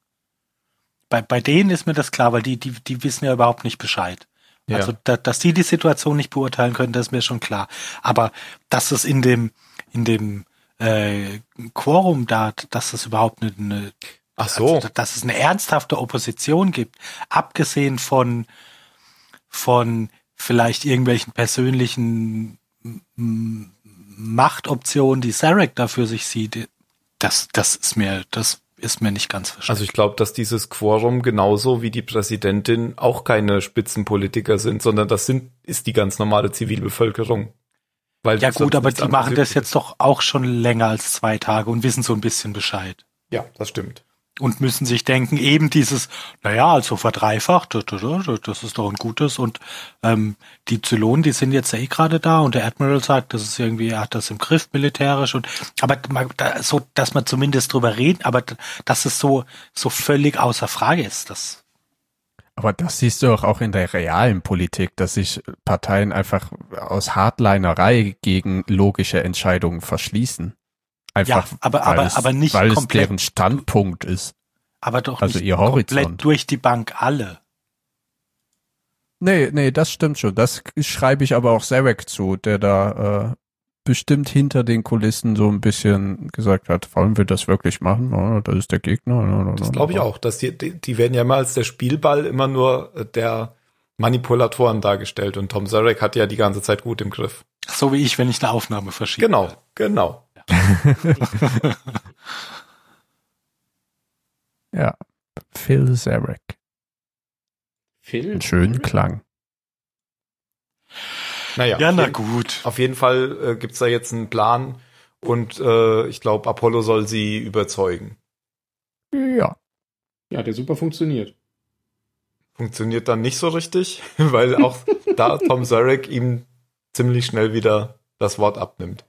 Bei, bei denen ist mir das klar, weil die, die, die wissen ja überhaupt nicht Bescheid.
Ja.
Also, da, dass die die Situation nicht beurteilen können, das ist mir schon klar. Aber dass es in dem, in dem äh, Quorum da, dass es überhaupt eine, eine
Ach so.
also, dass es eine ernsthafte Opposition gibt, abgesehen von, von vielleicht irgendwelchen persönlichen m- Machtoptionen, die Sarek dafür sich sieht, das, das ist mir, das ist mir nicht ganz verständlich.
Also ich glaube, dass dieses Quorum genauso wie die Präsidentin auch keine Spitzenpolitiker sind, sondern das sind, ist die ganz normale Zivilbevölkerung. Weil
ja
sonst
gut, aber
nichts
die
anderes
machen Also, das
übrig
jetzt doch auch schon länger als zwei Tage und wissen so ein bisschen Bescheid.
ist. Ja, das stimmt.
und müssen sich denken, eben dieses, naja, also verdreifacht, da, da, da, da, das ist doch ein gutes und ähm, die Zylonen, die sind jetzt ja eh gerade da und der Admiral sagt, das ist irgendwie, er hat das im Griff militärisch und aber man- da, so, dass man zumindest drüber reden, aber d- dass es so, so völlig außer Frage ist, das
Aber das siehst du doch auch in der realen Politik, dass sich Parteien einfach aus Hardlinerei gegen logische Entscheidungen verschließen. Einfach,
Ja, aber-
weil
aber-
es,
aber nicht
weil es
komplett.
deren Standpunkt ist.
aber doch
Also
nicht
ihr
komplett
Horizont.
durch die Bank alle.
Nee, nee, das stimmt schon. Das schreibe ich aber auch Zarek zu, der da äh, bestimmt hinter den Kulissen so ein bisschen gesagt hat, wollen wir das wirklich machen? Oh, das ist der Gegner.
Das glaube ich auch. Dass die, die, die werden ja immer als der Spielball immer nur äh, der Manipulatoren dargestellt und Tom Zarek hat ja die ganze Zeit gut im Griff.
So wie ich, wenn ich eine Aufnahme verschiebe.
Genau, genau.
Ja, Phil Zarek.
Phil?
Einen schönen Klang.
Naja,
Ja,
auf,
na
jeden,
gut.
auf jeden Fall äh, gibt's da jetzt einen Plan und äh, ich glaube, Apollo soll sie überzeugen.
Ja.
Ja, der super funktioniert.
Funktioniert dann nicht so richtig, [LAUGHS] weil auch da Tom Zarek ihm ziemlich schnell wieder das Wort abnimmt.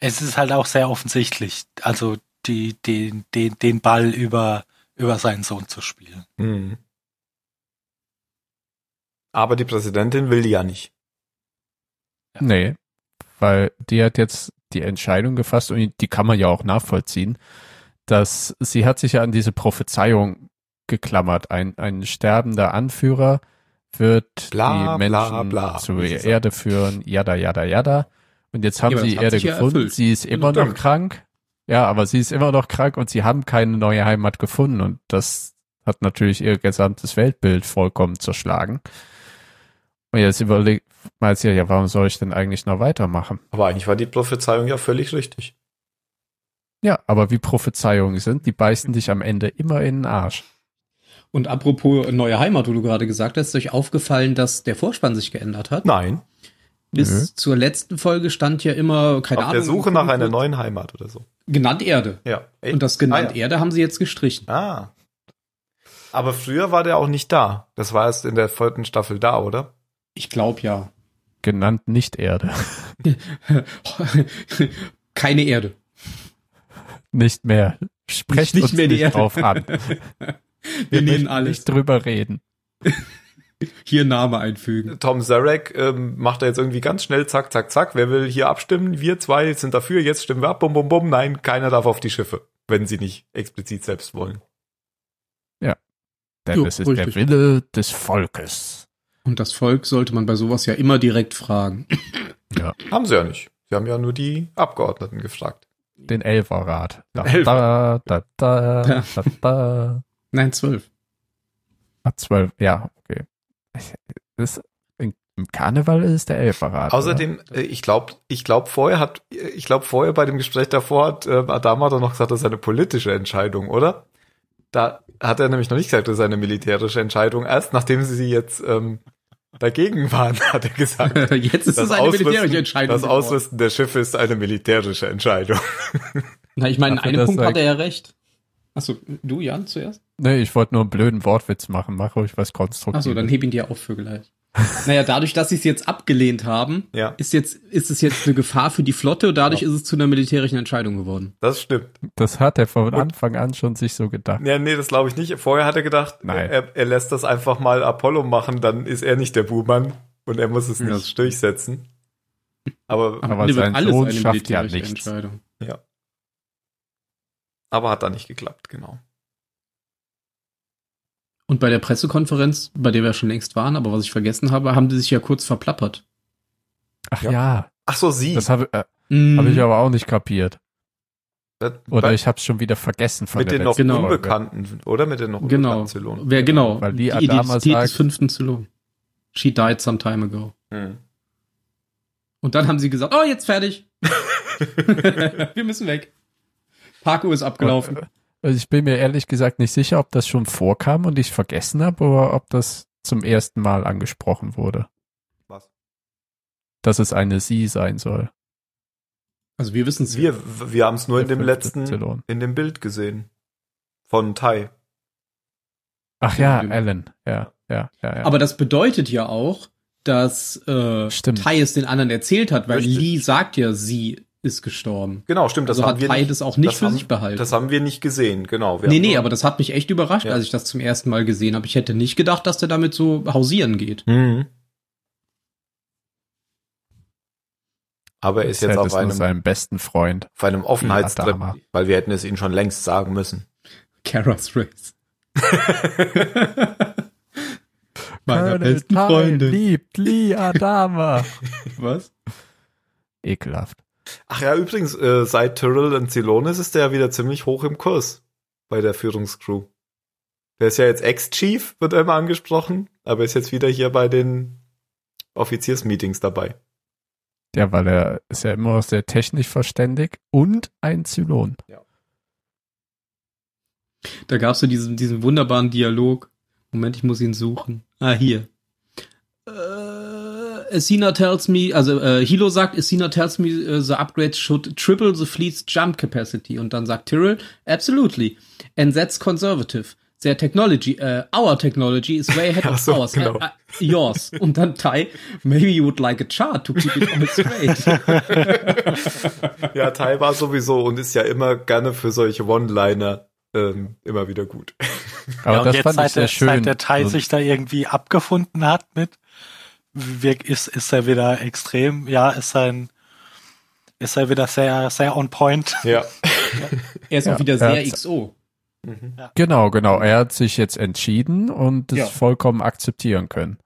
Es ist halt auch sehr offensichtlich, also die, die, den, den Ball über, über seinen Sohn zu spielen.
Hm. Aber die Präsidentin will die ja nicht.
Nee, weil die hat jetzt die Entscheidung gefasst und die kann man ja auch nachvollziehen, dass sie hat sich ja an diese Prophezeiung geklammert. Ein, ein sterbender Anführer wird
Bla,
die Menschen
bla, bla,
zur
wie sie sagen.
Erde führen, jada, jada, jada. Und jetzt haben
Ja, aber
sie
das
die
hat
Erde
sich ja
gefunden,
erfüllt.
sie ist immer noch
Verdammt.
krank. Ja, aber sie ist immer noch krank und sie haben keine neue Heimat gefunden und das hat natürlich ihr gesamtes Weltbild vollkommen zerschlagen. Und jetzt überlegt man sich, ja, warum soll ich denn eigentlich noch weitermachen?
Aber eigentlich war die Prophezeiung ja völlig richtig.
Ja, aber wie Prophezeiungen sind, die beißen dich am Ende immer in den Arsch.
Und apropos neue Heimat, wo du gerade gesagt hast, ist euch aufgefallen, dass der Vorspann sich geändert hat?
Nein.
Bis
Nö.
zur letzten Folge stand ja immer, keine
Mhm. Auf
Ahnung.
der Suche nach einer neuen Heimat oder so.
Genannt Erde.
Ja.
Und das genannt
Ah,
Erde haben sie jetzt gestrichen.
Ah. Aber früher war der auch nicht da. Das war erst in der vierten Staffel da, oder?
Ich glaube ja.
Genannt nicht Erde.
[LAUGHS]
[LAUGHS]
keine Erde.
Nicht mehr. Sprecht
Nicht
uns
mehr die
nicht
Erde.
drauf an.
Wir nehmen
möchten
alles.
Nicht drüber reden.
Hier Name einfügen.
Tom Zarek ähm, macht da jetzt irgendwie ganz schnell, zack, zack, zack. Wer will hier abstimmen? Wir zwei sind dafür, jetzt stimmen wir ab, bum, bum, bum. Nein, keiner darf auf die Schiffe, wenn sie nicht explizit selbst wollen.
Denn
Jo,
es ist
richtig.
der Wille des Volkes.
Und das Volk sollte man bei sowas ja immer direkt fragen.
Haben sie ja nicht. Sie haben ja nur die Abgeordneten gefragt.
Den Elferrat. Da,
Elfer.
da,
[LAUGHS]
da, da, da, da.
[CLEARS THROAT] Nein, zwölf.
Ah, zwölf. Ja, okay. Das, Im Karneval ist der Elferrat.
Außerdem, äh, ich glaube, ich glaube vorher hat, ich glaube vorher bei dem Gespräch davor hat äh, Adama doch noch gesagt, das ist eine politische Entscheidung, oder? Da hat er nämlich noch nicht gesagt, das ist eine militärische Entscheidung. Erst nachdem sie jetzt ähm, dagegen waren, [LAUGHS] hat er gesagt.
[LAUGHS] Jetzt ist es eine militärische Entscheidung.
das
geworden.
Ausrüsten der Schiffe ist eine militärische Entscheidung.
Na, ich meine, in
Dafür,
einem
dass
Punkt
er-
hat er ja recht. Achso, du, Jan, zuerst?
Ne? Nee, ich wollte nur einen blöden Wortwitz machen. Mach ruhig was Konstruktives.
Achso, dann heb ihn dir auf für gleich. [LAUGHS] Naja, dadurch, dass sie es jetzt abgelehnt haben,
Ja,
ist jetzt, ist es jetzt eine Gefahr für die Flotte und dadurch ist es zu einer militärischen Entscheidung geworden.
das stimmt.
das hat er von
Und-
Anfang an schon sich so gedacht.
Ja, nee, das glaube ich nicht. Vorher hat er gedacht,
Nein.
er, er lässt das einfach mal Apollo machen, dann ist er nicht der Buhmann und er muss es
Ja, das
nicht
stimmt.
durchsetzen. Aber,
Aber sein Sohn schafft ja nichts.
Entscheidung.
aber hat da nicht geklappt, genau.
Und bei der Pressekonferenz, bei der wir schon längst waren, aber was ich vergessen habe, haben die sich ja kurz verplappert.
Ach
Ja.
ja,
Ach so, sie.
das habe äh,
Mhm.
hab ich aber auch nicht kapiert.
Das-
Oder
bei-
ich habe es schon wieder vergessen von
mit
der
den noch
letzten
Genau.
Folge.
Unbekannten, oder? Mit den noch
Genau.
unbekannten Zylonen.
Wer genau?
Weil die
die
Adama
Identität
sagt-
des fünften Zylon. She died some time ago.
Hm.
Und dann haben sie gesagt, oh,
[LAUGHS]
jetzt fertig. [LAUGHS] wir müssen weg. Parkuhr ist abgelaufen.
Also ich bin mir ehrlich gesagt nicht sicher, ob das schon vorkam und ich vergessen habe oder ob das zum ersten Mal angesprochen wurde,
Was?
dass es eine Sie sein soll.
Also wir wissen es.
Wir, wir haben es nur in
Der
dem
fünfte
letzten,
Zylon.
in dem Bild gesehen. Von Tai.
Ach ja,
Ja.
Ellen. Ja, ja, ja. ja.
Aber das bedeutet ja auch, dass äh,
Stimmt.
Tai es den anderen erzählt hat, weil
Richtig.
Lee sagt ja, sie ist gestorben.
Genau, stimmt. Das
also
haben
hat
wir
Tai
nicht,
das auch nicht für
haben,
sich behalten.
Das haben wir nicht gesehen, genau. Wir
nee,
haben
nee,
nur-
aber das hat mich echt überrascht,
Ja.
als ich das zum ersten Mal gesehen habe. Ich hätte nicht gedacht, dass der damit so hausieren
[LAUGHS]
geht.
Mhm. Aber er
Das
ist jetzt
hält
auf
es nur
einem,
seinem besten Freund.
auf einem
Ja,
Offenheitstrip,
Adama.
weil wir hätten es ihnen schon längst sagen müssen.
Caras [LAUGHS] Race. Meiner
Colonel
besten
Pyle
Freundin.
liebt Lee Adama.
Was?
Ekelhaft.
Ach ja, übrigens, äh, seit Tyrrell in Ceylon ist, ist der ja wieder ziemlich hoch im Kurs bei der Führungscrew. Der ist ja jetzt Ex-Chief, wird er immer angesprochen, aber ist jetzt wieder hier bei den Offiziersmeetings dabei.
Ja, weil er ist ja immer noch sehr technisch verständig und ein Zylon.
Da gab es so diesen, diesen wunderbaren Dialog. Moment, ich muss ihn suchen. Ah, hier. Äh, Essina tells me, also äh, Hilo sagt, Essina tells me äh, the upgrade should triple the fleet's jump capacity. Und dann sagt Tyrrell, absolutely. And that's conservative. Their technology, äh, our technology is
[LAUGHS]
way ahead
Ach
of
so,
ours.
genau.
äh, äh, yours. Und dann Tai, maybe you would like a chart to keep it
[LAUGHS]
all straight.
Ja, Tai war sowieso und ist ja immer gerne für solche One-Liner ähm, immer wieder gut.
Aber
ja, und
das
jetzt,
fand
seit,
ich sehr
der,
schön.
seit der Teil
Also-
sich da irgendwie abgefunden hat mit, wir- ist, ist er wieder extrem, ja, ist sein, ist er wieder sehr, sehr on point. [LAUGHS]
[LAUGHS] Ja.
er ist
Ja,
auch wieder
er
sehr
hat's-
XO.
Mhm.
Genau, genau. Er hat sich jetzt entschieden und es
Ja.
vollkommen akzeptieren können.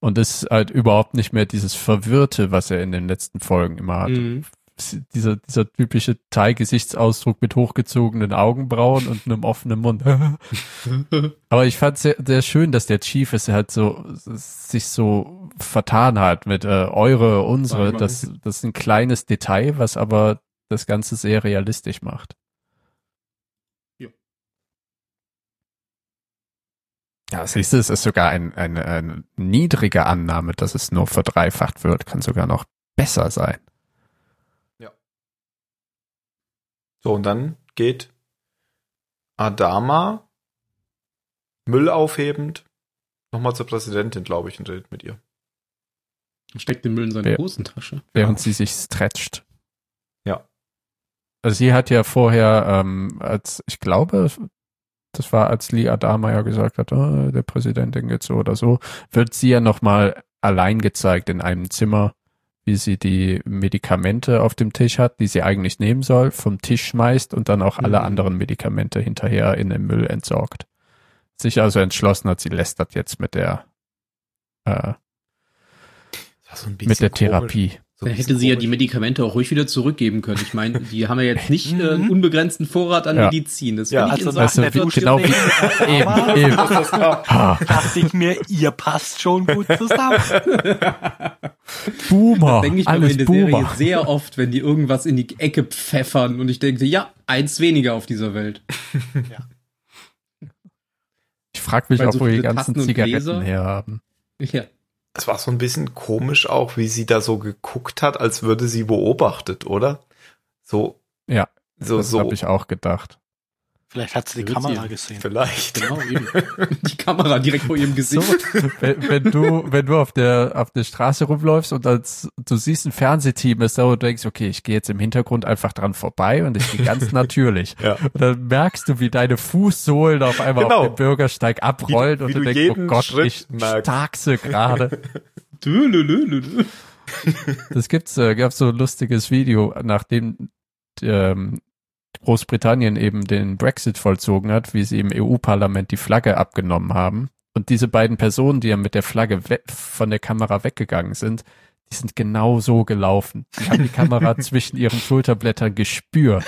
Und es ist halt überhaupt nicht mehr dieses Verwirrte, was er in den letzten Folgen immer hatte.
Mhm.
Dieser, dieser typische Teilgesichtsausdruck mit hochgezogenen Augenbrauen und einem offenen Mund. [LAUGHS] Aber ich fand sehr, sehr schön, dass der Chief es halt so sich so vertan hat mit äh, eure, unsere.
Warte mal.
Das, das ist ein kleines Detail, was aber das Ganze sehr realistisch macht.
Ja.
Ja, siehst du, es ist sogar ein, ein, eine niedrige Annahme, dass es nur verdreifacht wird, kann sogar noch besser sein.
So, und dann geht Adama Müll aufhebend nochmal zur Präsidentin, glaube ich, und redet mit ihr.
Steckt den Müll in seine
Ja.
Hosentasche.
während sie sich stretcht.
Ja.
Also sie hat ja vorher, ähm, als ich glaube, das war als Lee Adama ja gesagt hat, "Ah, der Präsidentin geht so oder so, wird sie ja nochmal allein gezeigt in einem Zimmer, wie sie die Medikamente auf dem Tisch hat, die sie eigentlich nehmen soll, vom Tisch schmeißt und dann auch alle
Mhm.
anderen Medikamente hinterher in den Müll entsorgt. Sich also entschlossen hat, sie lästert jetzt mit der äh, mit der Therapie.
Dann hätte sie ja die Medikamente auch ruhig wieder zurückgeben können. Ich meine, die haben ja jetzt nicht äh, einen
Mhm.
unbegrenzten Vorrat an
Ja.
Medizin. Das
Ja,
finde ich
also
in
das-
Sachen-
Weißt du,
der
wie,
Dusche
genau wie [LAUGHS]
Aber-
eben, eben.
[LAUGHS]
Ha,
Dachte ich mir, ihr passt schon gut zusammen.
Boomer,
denke ich mir
alles
in der Serie
Boomer.
sehr oft, wenn die irgendwas in die Ecke pfeffern und ich denke, ja, eins weniger auf dieser Welt.
Ich frage mich
Weil
auch,
so
wo die
viele
ganzen
Tassen und
Zigaretten
Gläser.
her haben.
Ja.
Es war so ein bisschen komisch auch, wie sie da so geguckt hat, als würde sie beobachtet, oder? So.
Ja,
So,
das
so.
habe ich auch gedacht.
Vielleicht hat sie die
Wird sie-
Kamera gesehen.
Vielleicht.
Genau, eben. [LAUGHS] Die Kamera direkt vor ihrem
So,
Gesicht.
wenn, wenn du, wenn du auf der, auf der Straße rumläufst und als du siehst ein Fernsehteam ist da und du denkst, okay, ich gehe jetzt im Hintergrund einfach dran vorbei und ich gehe ganz natürlich.
Ja.
Und dann merkst du, wie deine Fußsohlen auf einmal
Genau.
auf dem Bürgersteig abrollen
Wie du-
und
wie
du,
du
denkst, oh
jeden
Gott,
Schritt
ich
merkst.
starkse gerade.
Dö, lö, lö, lö, lö.
Das gibt's, äh, gab's so ein lustiges Video, nachdem ähm, Großbritannien eben den Brexit vollzogen hat, wie sie im EU-Parlament die Flagge abgenommen haben. Und diese beiden Personen, die ja mit der Flagge we- von der Kamera weggegangen sind, die sind genau so gelaufen. Die haben die Kamera zwischen ihren Schulterblättern gespürt.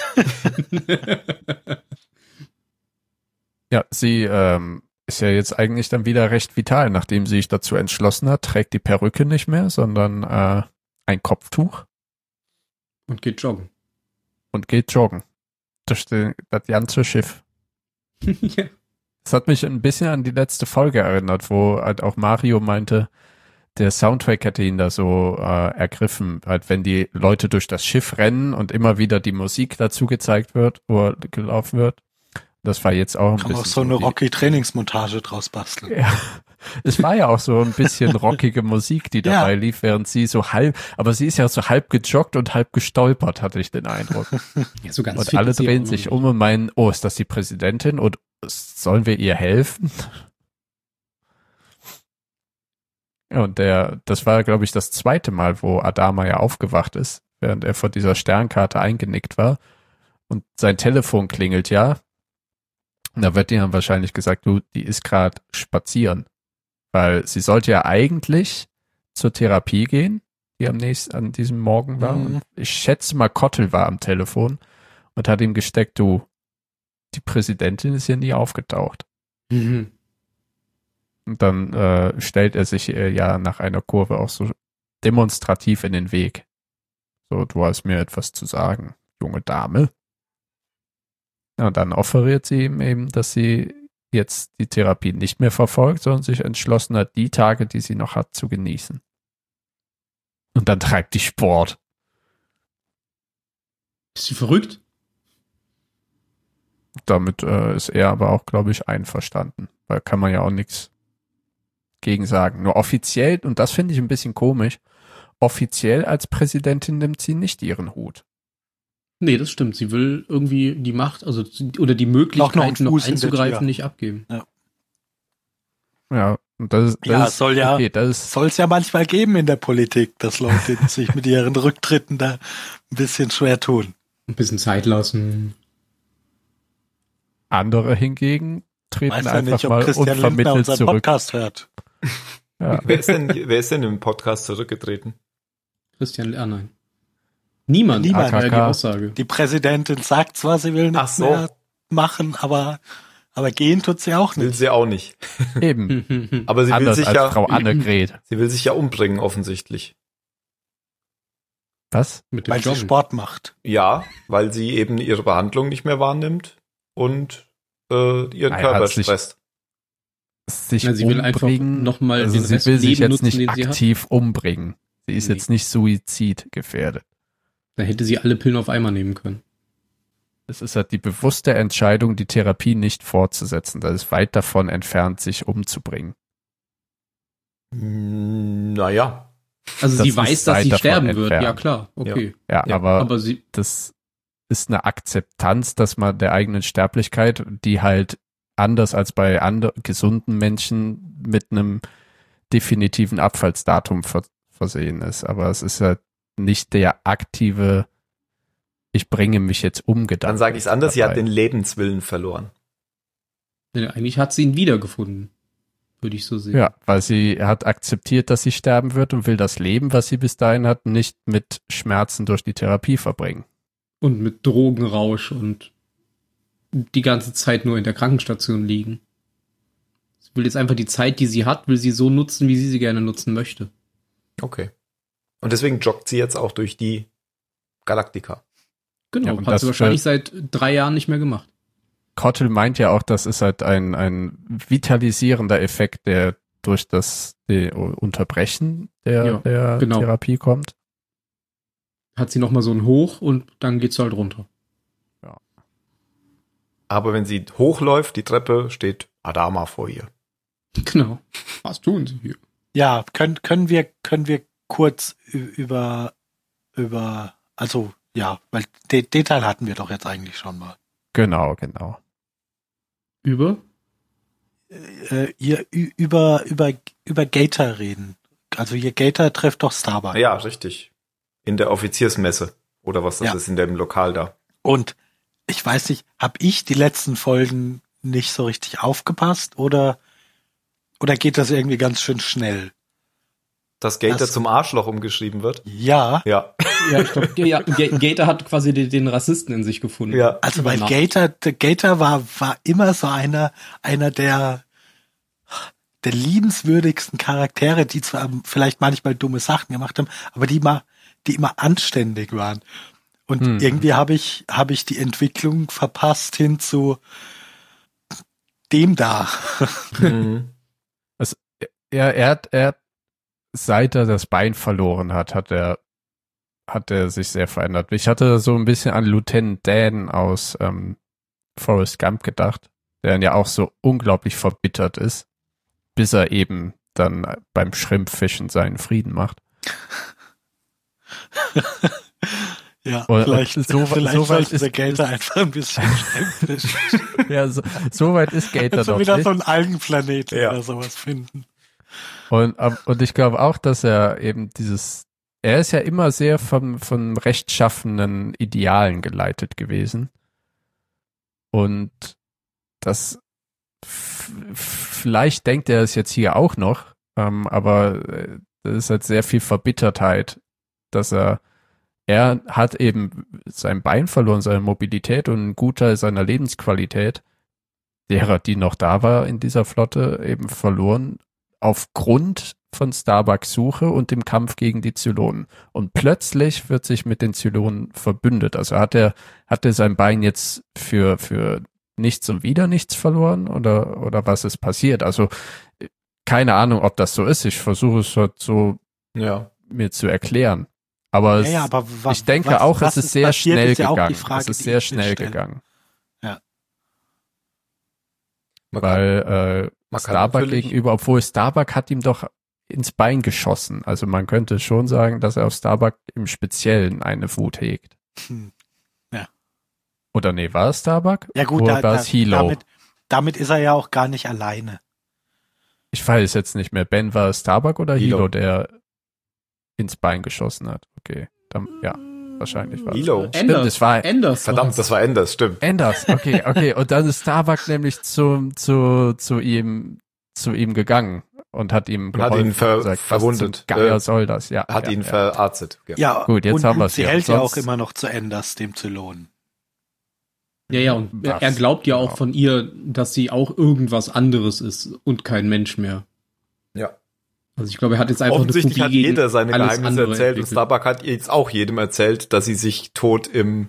Ja, sie ähm, ist ja jetzt eigentlich dann wieder recht vital, nachdem sie sich dazu entschlossen hat, trägt die Perücke nicht mehr, sondern äh, ein Kopftuch.
[LAUGHS] Und geht joggen. [LAUGHS]
und geht joggen. Durch den, das ganze Schiff.
ja.
Das hat mich ein bisschen an die letzte Folge erinnert, wo halt auch Mario meinte, der Soundtrack hätte ihn da so äh, ergriffen, halt wenn die Leute durch das Schiff rennen und immer wieder die Musik dazu gezeigt wird oder gelaufen wird. Das war jetzt auch ein
Kann
bisschen
man auch so eine
die-
Rocky-Trainingsmontage draus basteln.
[LAUGHS] Ja. Es war ja auch so ein
[LAUGHS]
bisschen rockige Musik, die
Ja.
dabei lief, während sie so halb, aber sie ist ja so halb gejoggt und halb gestolpert, hatte ich den Eindruck.
ja, so ganz
Und
fit
alle
ist sie auch
drehen
noch
sich
nicht.
um und meinen, oh, ist das die Präsidentin und sollen wir ihr helfen? [LAUGHS] Ja, Und der, das war, glaube ich, das zweite Mal, wo Adama ja aufgewacht ist, während er vor dieser Sternkarte eingenickt war. Und sein Telefon klingelt ja. Und da wird ihm dann wahrscheinlich gesagt, du, die ist gerade spazieren. Weil sie sollte ja eigentlich zur Therapie gehen, die am nächsten, an diesem Morgen war.
Mhm.
Und ich schätze mal, Kottel war am Telefon und hat ihm gesteckt, du, die Präsidentin ist hier nie aufgetaucht.
Mhm.
Und dann äh, stellt er sich äh, ja nach einer Kurve auch so demonstrativ in den Weg. So, du hast mir etwas zu sagen, junge Dame. Ja, und dann offeriert sie ihm eben, dass sie jetzt die Therapie nicht mehr verfolgt, sondern sich entschlossen hat, die Tage, die sie noch hat, zu genießen. Und dann treibt die Sport.
Bist du verrückt?
damit äh, ist er aber auch, glaube ich, einverstanden. Weil kann man ja auch nichts gegen sagen. Nur offiziell, und das finde ich ein bisschen komisch, offiziell als Präsidentin nimmt sie nicht ihren Hut.
Nee, das stimmt. Sie will irgendwie die Macht, also oder die
Noch- noch einen
Möglichkeit, noch,
Fuß in der
einzugreifen,
Tür.
nicht abgeben.
Ja, und das ist, das
Ja,
ist,
soll ja-
okay, das ist,
Soll es ja manchmal geben in der Politik, dass Leute [LAUGHS] sich mit ihren Rücktritten da ein bisschen schwer tun.
Ein bisschen Zeit lassen.
andere hingegen treten
Weiß ja
einfach
nicht, ob
mal
Christian Lindner
unvermittelt
unseren
zurück.
Podcast hört. [LAUGHS]
Ja.
Wer ist denn, wer ist denn im Podcast zurückgetreten?
Christian, ah nein. Niemand,
Niemand.
war ja die
AKK. [LAUGHS]
Aussage.
Die Präsidentin sagt zwar, sie will
Ach
nichts
so.
mehr machen, aber, aber gehen tut sie auch
Will
nicht.
sie auch nicht.
Eben.
Aber sie will
Anders
sich
als
ja,
[LAUGHS]
Frau Annegret.
sie will sich ja umbringen, offensichtlich.
Was?
Mit dem
Weil sie
Joggen.
Sport macht.
Ja, weil sie eben ihre Behandlung nicht mehr wahrnimmt und äh, ihren
Nein,
Körper
hat sich-
stresst.
Sich
Na, sie will einfach
umbringen.
noch mal
also
den
sie
Rest
will sich
Leben
jetzt
nutzen,
nicht
den sie hat.
aktiv umbringen. Sie ist
Nee.
jetzt nicht suizidgefährdet.
Da hätte sie alle Pillen auf einmal nehmen können.
Es ist halt die bewusste Entscheidung, die Therapie nicht fortzusetzen. Das ist weit davon entfernt, sich umzubringen.
Mm, Naja,
Also
Das
sie
ist
weiß, dass
weit
sie
davon
sterben wird. Ja
entfernt.
klar, okay.
Ja,
Ja,
aber,
Aber sie,
das ist eine Akzeptanz, dass man der eigenen Sterblichkeit, die halt anders als bei ander, gesunden Menschen mit einem definitiven Abfallsdatum ver versehen ist. Aber es ist halt nicht der aktive, ich bringe mich jetzt um Gedanke.
dann sage ich es anders, sie hat
dabei.
den Lebenswillen verloren.
nee, äh, eigentlich hat sie ihn wiedergefunden. Würde ich so sehen.
Ja, weil sie hat akzeptiert, dass sie sterben wird und will das Leben, was sie bis dahin hat, nicht mit Schmerzen durch die Therapie verbringen.
Und mit Drogenrausch und die ganze Zeit nur in der Krankenstation liegen. Sie will jetzt einfach die Zeit, die sie hat, will sie so nutzen, wie sie sie gerne nutzen möchte.
Okay. Und deswegen joggt sie jetzt auch durch die Galaktika.
Ja,
Genau,
und
hat
das
sie wahrscheinlich seit drei Jahren nicht mehr gemacht.
Kottel meint ja auch, das ist halt ein, ein vitalisierender Effekt, der durch das die Unterbrechen der,
Ja,
der
genau.
Therapie kommt.
Hat sie nochmal so ein Hoch und dann geht's halt runter.
Aber wenn sie hochläuft, die Treppe, steht Adama vor ihr.
Genau. Was tun sie hier?
Ja, können, können wir, können wir kurz ü- über, über, also, ja, weil den, den Teil hatten wir doch jetzt eigentlich schon mal.
Genau, genau.
Über?
Äh, ihr ü- über, über, über Gator reden. Also, ihr Gator trifft doch Starbuck.
Ah Ja, richtig. In der Offiziersmesse. Oder was das
Ja.
ist, in dem Lokal da.
Und ich weiß nicht, habe ich die letzten Folgen nicht so richtig aufgepasst oder, oder geht das irgendwie ganz schön schnell?
Das Gate,
Das-
das zum Arschloch umgeschrieben wird.
Ja,
[LAUGHS]
Ja,
Ja, ich glaube, ja, Ga- Gator hat quasi den, den Rassisten in sich gefunden.
ja.
also weil
Übernacht.
Gator, der Gator war, war immer so einer, einer der, der liebenswürdigsten Charaktere, die zwar vielleicht manchmal dumme Sachen gemacht haben, aber die immer, die immer anständig waren. Und
Hm.
irgendwie habe ich, habe ich die Entwicklung verpasst hin zu dem da.
Mhm.
Er, er hat, er, hat- seit er das Bein verloren hat, hat er, hat er sich sehr verändert. Ich hatte so ein bisschen an Lieutenant Dan aus ähm, Forrest Gump gedacht, der ja auch so unglaublich verbittert ist, bis er eben dann beim Schrimpfischen seinen Frieden macht.
Ja,
Oder-
vielleicht,
und äh, so-
vielleicht
so weit
sollte der
ist-
Gator einfach
[LAUGHS]
ein bisschen skeptisch
Ja, so, so weit ist Gator
[LAUGHS] so
noch
wieder so
nicht.
einen Algenplaneten
Ja.
oder sowas finden.
Und, ab- und ich glaube auch, dass er eben dieses, er ist ja immer sehr von, von rechtschaffenen Idealen geleitet gewesen. Und das, f- f- vielleicht denkt er es jetzt hier auch noch, ähm, aber äh, das ist halt sehr viel Verbittertheit, dass er, er hat eben sein Bein verloren, seine Mobilität und einen Gutteil seiner Lebensqualität, derer, die noch da war in dieser Flotte, eben verloren aufgrund von Starbucks Suche und dem Kampf gegen die Zylonen. Und plötzlich wird sich mit den Zylonen verbündet. Also hat er, hat er sein Bein jetzt für, für nichts und wieder nichts verloren oder, oder was ist passiert? Also äh, keine Ahnung, ob das so ist. Ich versuche es halt so
Ja.
mir zu erklären. Aber, es,
aber wa-
ich denke
was-
auch,
was
es ist sehr
passiert,
schnell
ist ja auch die
gegangen.
Frage,
es ist
die
sehr
ich mir
schnell
stelle.
gegangen,
Man kann,
weil äh,
man kann
Starbuck
natürlich,
gegenüber, obwohl Starbuck hat ihm doch ins Bein geschossen. Also man könnte schon sagen, dass er auf Starbuck im Speziellen eine Wut hegt.
Hm.
Oder nee, war es Starbuck?
Ja gut,
Oder
da,
war
da,
es Hilo?
damit, damit ist er ja auch gar nicht alleine.
ich weiß jetzt nicht mehr. Ben war es Starbuck oder Hilo,
Hilo.
der ins Bein geschossen hat. Okay, dann, ja, wahrscheinlich war es.
Hilo.
Stimmt, es war
Anders.
Verdammt, das war Enders, stimmt.
Anders, okay, okay. Und dann ist Starbuck nämlich zu, zu, zu ihm, zu ihm gegangen und hat ihm
Und hat ihn ver-
gesagt, was
verwundet.
zum Geier
Äh,
soll das, ja.
Hat
ja,
ihn
ja.
verarztet.
Ja,
Gut, jetzt
und
haben
Luke,
wir's
sie
ja.
hält ja auch
Sonst-
immer noch zu Enders, dem zu lohnen.
Ja, ja, und
Was?
er glaubt ja
Genau.
auch von ihr, dass sie auch irgendwas anderes ist und kein Mensch mehr.
Ja.
Also ich glaube, er hat jetzt einfach eine
Offensichtlich
Phobie
hat
gegen [LAUGHS]
jeder seine
alles
Geheimnisse
andere
erzählt und
entwickelt.
Starbuck hat jetzt auch jedem erzählt, dass sie sich tot im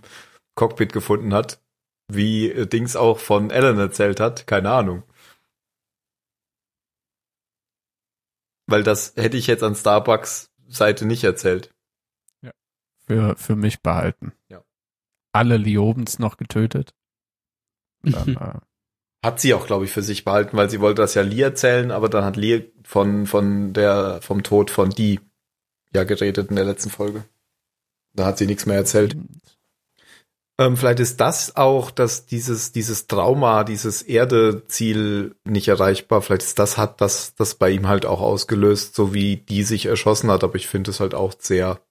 Cockpit gefunden hat, wie äh, Dings auch von Ellen erzählt hat, keine Ahnung. Weil das hätte ich jetzt an Starbucks Seite nicht erzählt.
Für, für mich behalten.
Ja.
Alle Liobens noch getötet. Dann,
Mhm.
äh,
Hat sie auch, glaube ich, für sich behalten, weil sie wollte das ja Lee erzählen, aber dann hat Lee von, von der, vom Tod von Dee ja geredet in der letzten Folge. Da hat sie nichts mehr erzählt. Ähm, vielleicht ist das auch, dass dieses, dieses Trauma, dieses Erdeziel nicht erreichbar, vielleicht ist das hat das, das bei ihm halt auch ausgelöst, so wie die sich erschossen hat, aber ich finde es halt auch sehr,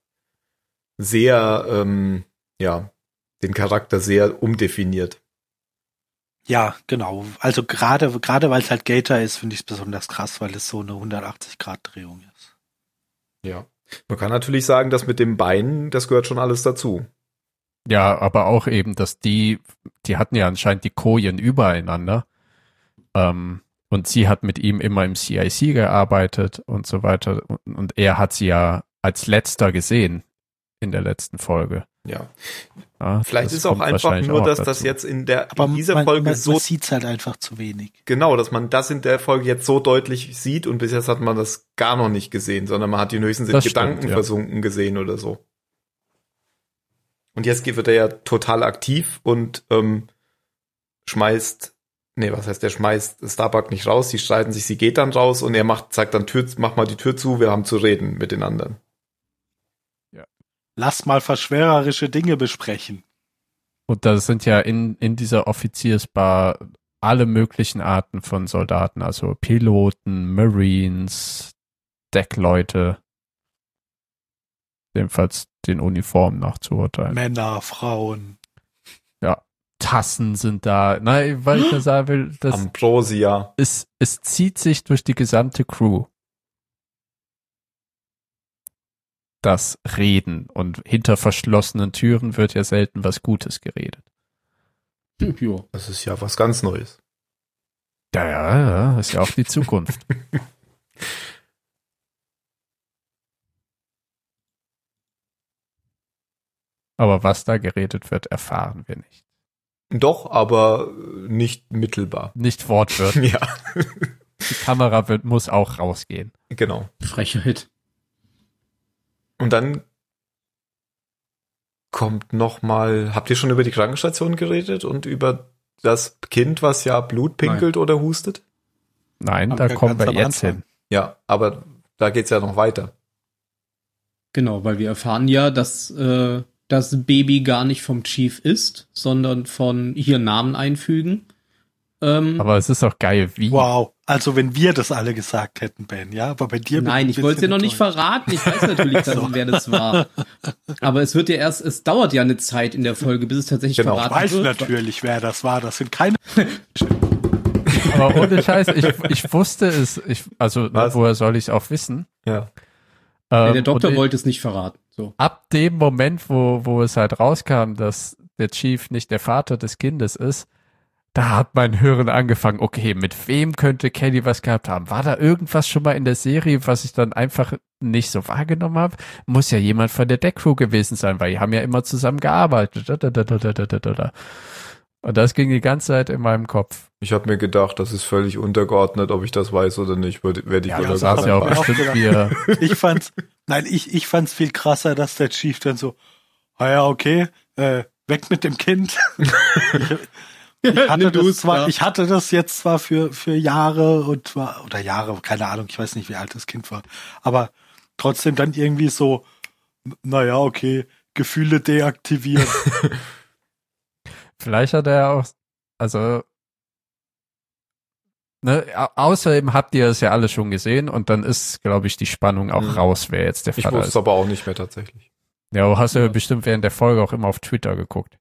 sehr, ähm, ja, den Charakter sehr umdefiniert.
Ja, genau. Also gerade, gerade weil es halt Gator ist, finde ich es besonders krass, weil es so eine 180-Grad-Drehung ist.
Ja. Man kann natürlich sagen, dass mit dem Bein, das gehört schon alles dazu.
Ja, aber auch eben, dass die, die hatten ja anscheinend die Kojen übereinander. Ähm, und sie hat mit ihm immer im CIC gearbeitet und so weiter. Und, und er hat sie ja als letzter gesehen in der letzten Folge.
Ja.
Ja,
Vielleicht
das
ist auch
kommt
einfach
wahrscheinlich
nur,
auch
dass das
dazu.
jetzt in der,
Aber
in dieser
man,
Folge
man,
so
man sieht es halt einfach zu wenig.
Genau, dass man das in der Folge jetzt so deutlich sieht und bis jetzt hat man das gar noch nicht gesehen, sondern man hat ihn höchstens in
Das stimmt,
Gedanken
ja.
versunken gesehen oder so. Und jetzt wird er ja total aktiv und ähm, schmeißt, nee, was heißt, der schmeißt Starbuck nicht raus, die streiten sich, sie geht dann raus und er macht, sagt dann Tür, mach mal die Tür zu, wir haben zu reden mit den anderen.
Lass mal verschwörerische Dinge besprechen.
Und da sind ja in, in dieser Offiziersbar alle möglichen Arten von Soldaten, also Piloten, Marines, Deckleute. Jedenfalls den Uniformen nach zu urteilen.
Männer, Frauen.
Tassen sind da. Nein, weil ich nur sagen will, das
Ambrosia.
ist, es zieht sich durch die gesamte Crew. Das Reden und hinter verschlossenen Türen wird ja selten was Gutes geredet.
Hm, jo.
Das ist ja was ganz Neues.
Ja, ja, ja, ist ja auch die Zukunft. [LAUGHS] Aber was da geredet wird, erfahren wir nicht.
Doch, aber nicht mittelbar. [LAUGHS]
Nicht wortwörtlich.
Ja,
Die Kamera wird, muss auch rausgehen.
genau.
Frechheit.
Und dann kommt noch mal, habt ihr schon über die Krankenstation geredet und über das Kind, was ja Blut pinkelt oder hustet?
Nein,
Haben
da
wir
kommen
ganz
wir
am
jetzt
Anfang.
hin.
Ja, aber da geht's ja noch weiter.
Genau, weil wir erfahren ja, dass äh, das Baby gar nicht vom Chief ist, sondern von hier Namen einfügen. Ähm,
Aber es ist auch geil, wie.
Wow. Also wenn wir das alle gesagt hätten, Ben, ja, aber bei dir. bin
Nein,
ich
ich
ein
wollte es dir
bisschen
noch nicht
enttäuscht.
verraten. Ich weiß natürlich, dass,
So.
wer das war. Aber es wird ja erst, es dauert ja eine Zeit in der Folge, bis es tatsächlich
Genau,
verraten
Weiß
wird.
natürlich, wer das war. Das sind keine.
Aber ohne Scheiß, ich, ich wusste es. Ich, also,
Was?
woher soll ich es auch wissen?
Ja.
Nee,
Ähm,
der
und
Doktor
ich-
wollte es nicht verraten. So.
ab dem Moment, wo, wo es halt rauskam, dass der Chief nicht der Vater des Kindes ist, da hat mein Hören angefangen, okay, mit wem könnte Kelly was gehabt haben? War da irgendwas schon mal in der Serie, was ich dann einfach nicht so wahrgenommen habe? Muss ja jemand von der Deckcrew gewesen sein, weil die haben ja immer zusammen gearbeitet. Da, da, da, da, da, da, da, da. Und das ging die ganze Zeit in meinem Kopf.
Ich habe mir gedacht, das ist völlig untergeordnet, ob ich das weiß oder nicht, würde- werde ich
Ja,
wohl
das
das
sagen.
saß
hat
ja auch
man auch
bestimmt
gedacht.
wir.
[LAUGHS]
Ich fand's. nein, ich, ich fand's viel krasser, dass der Chief dann so, ah ja, okay, äh, weg mit dem Kind. [LAUGHS] Ich hatte,
Nimm du
das
es,
zwar,
ja.
ich hatte das jetzt zwar für, für Jahre und war, oder Jahre, keine Ahnung, ich weiß nicht, wie alt das Kind war, aber trotzdem dann irgendwie so, naja, okay,
[LAUGHS]
Gefühle deaktivieren.
Vielleicht hat er ja auch, also, ne, au- außerdem habt ihr es ja alle schon gesehen und dann ist, glaube ich, die Spannung auch
Mhm.
raus, wer jetzt der
Ich
Vater
wusste es
ist.
aber auch nicht mehr tatsächlich.
Ja, du hast ja bestimmt während der Folge auch immer auf Twitter geguckt.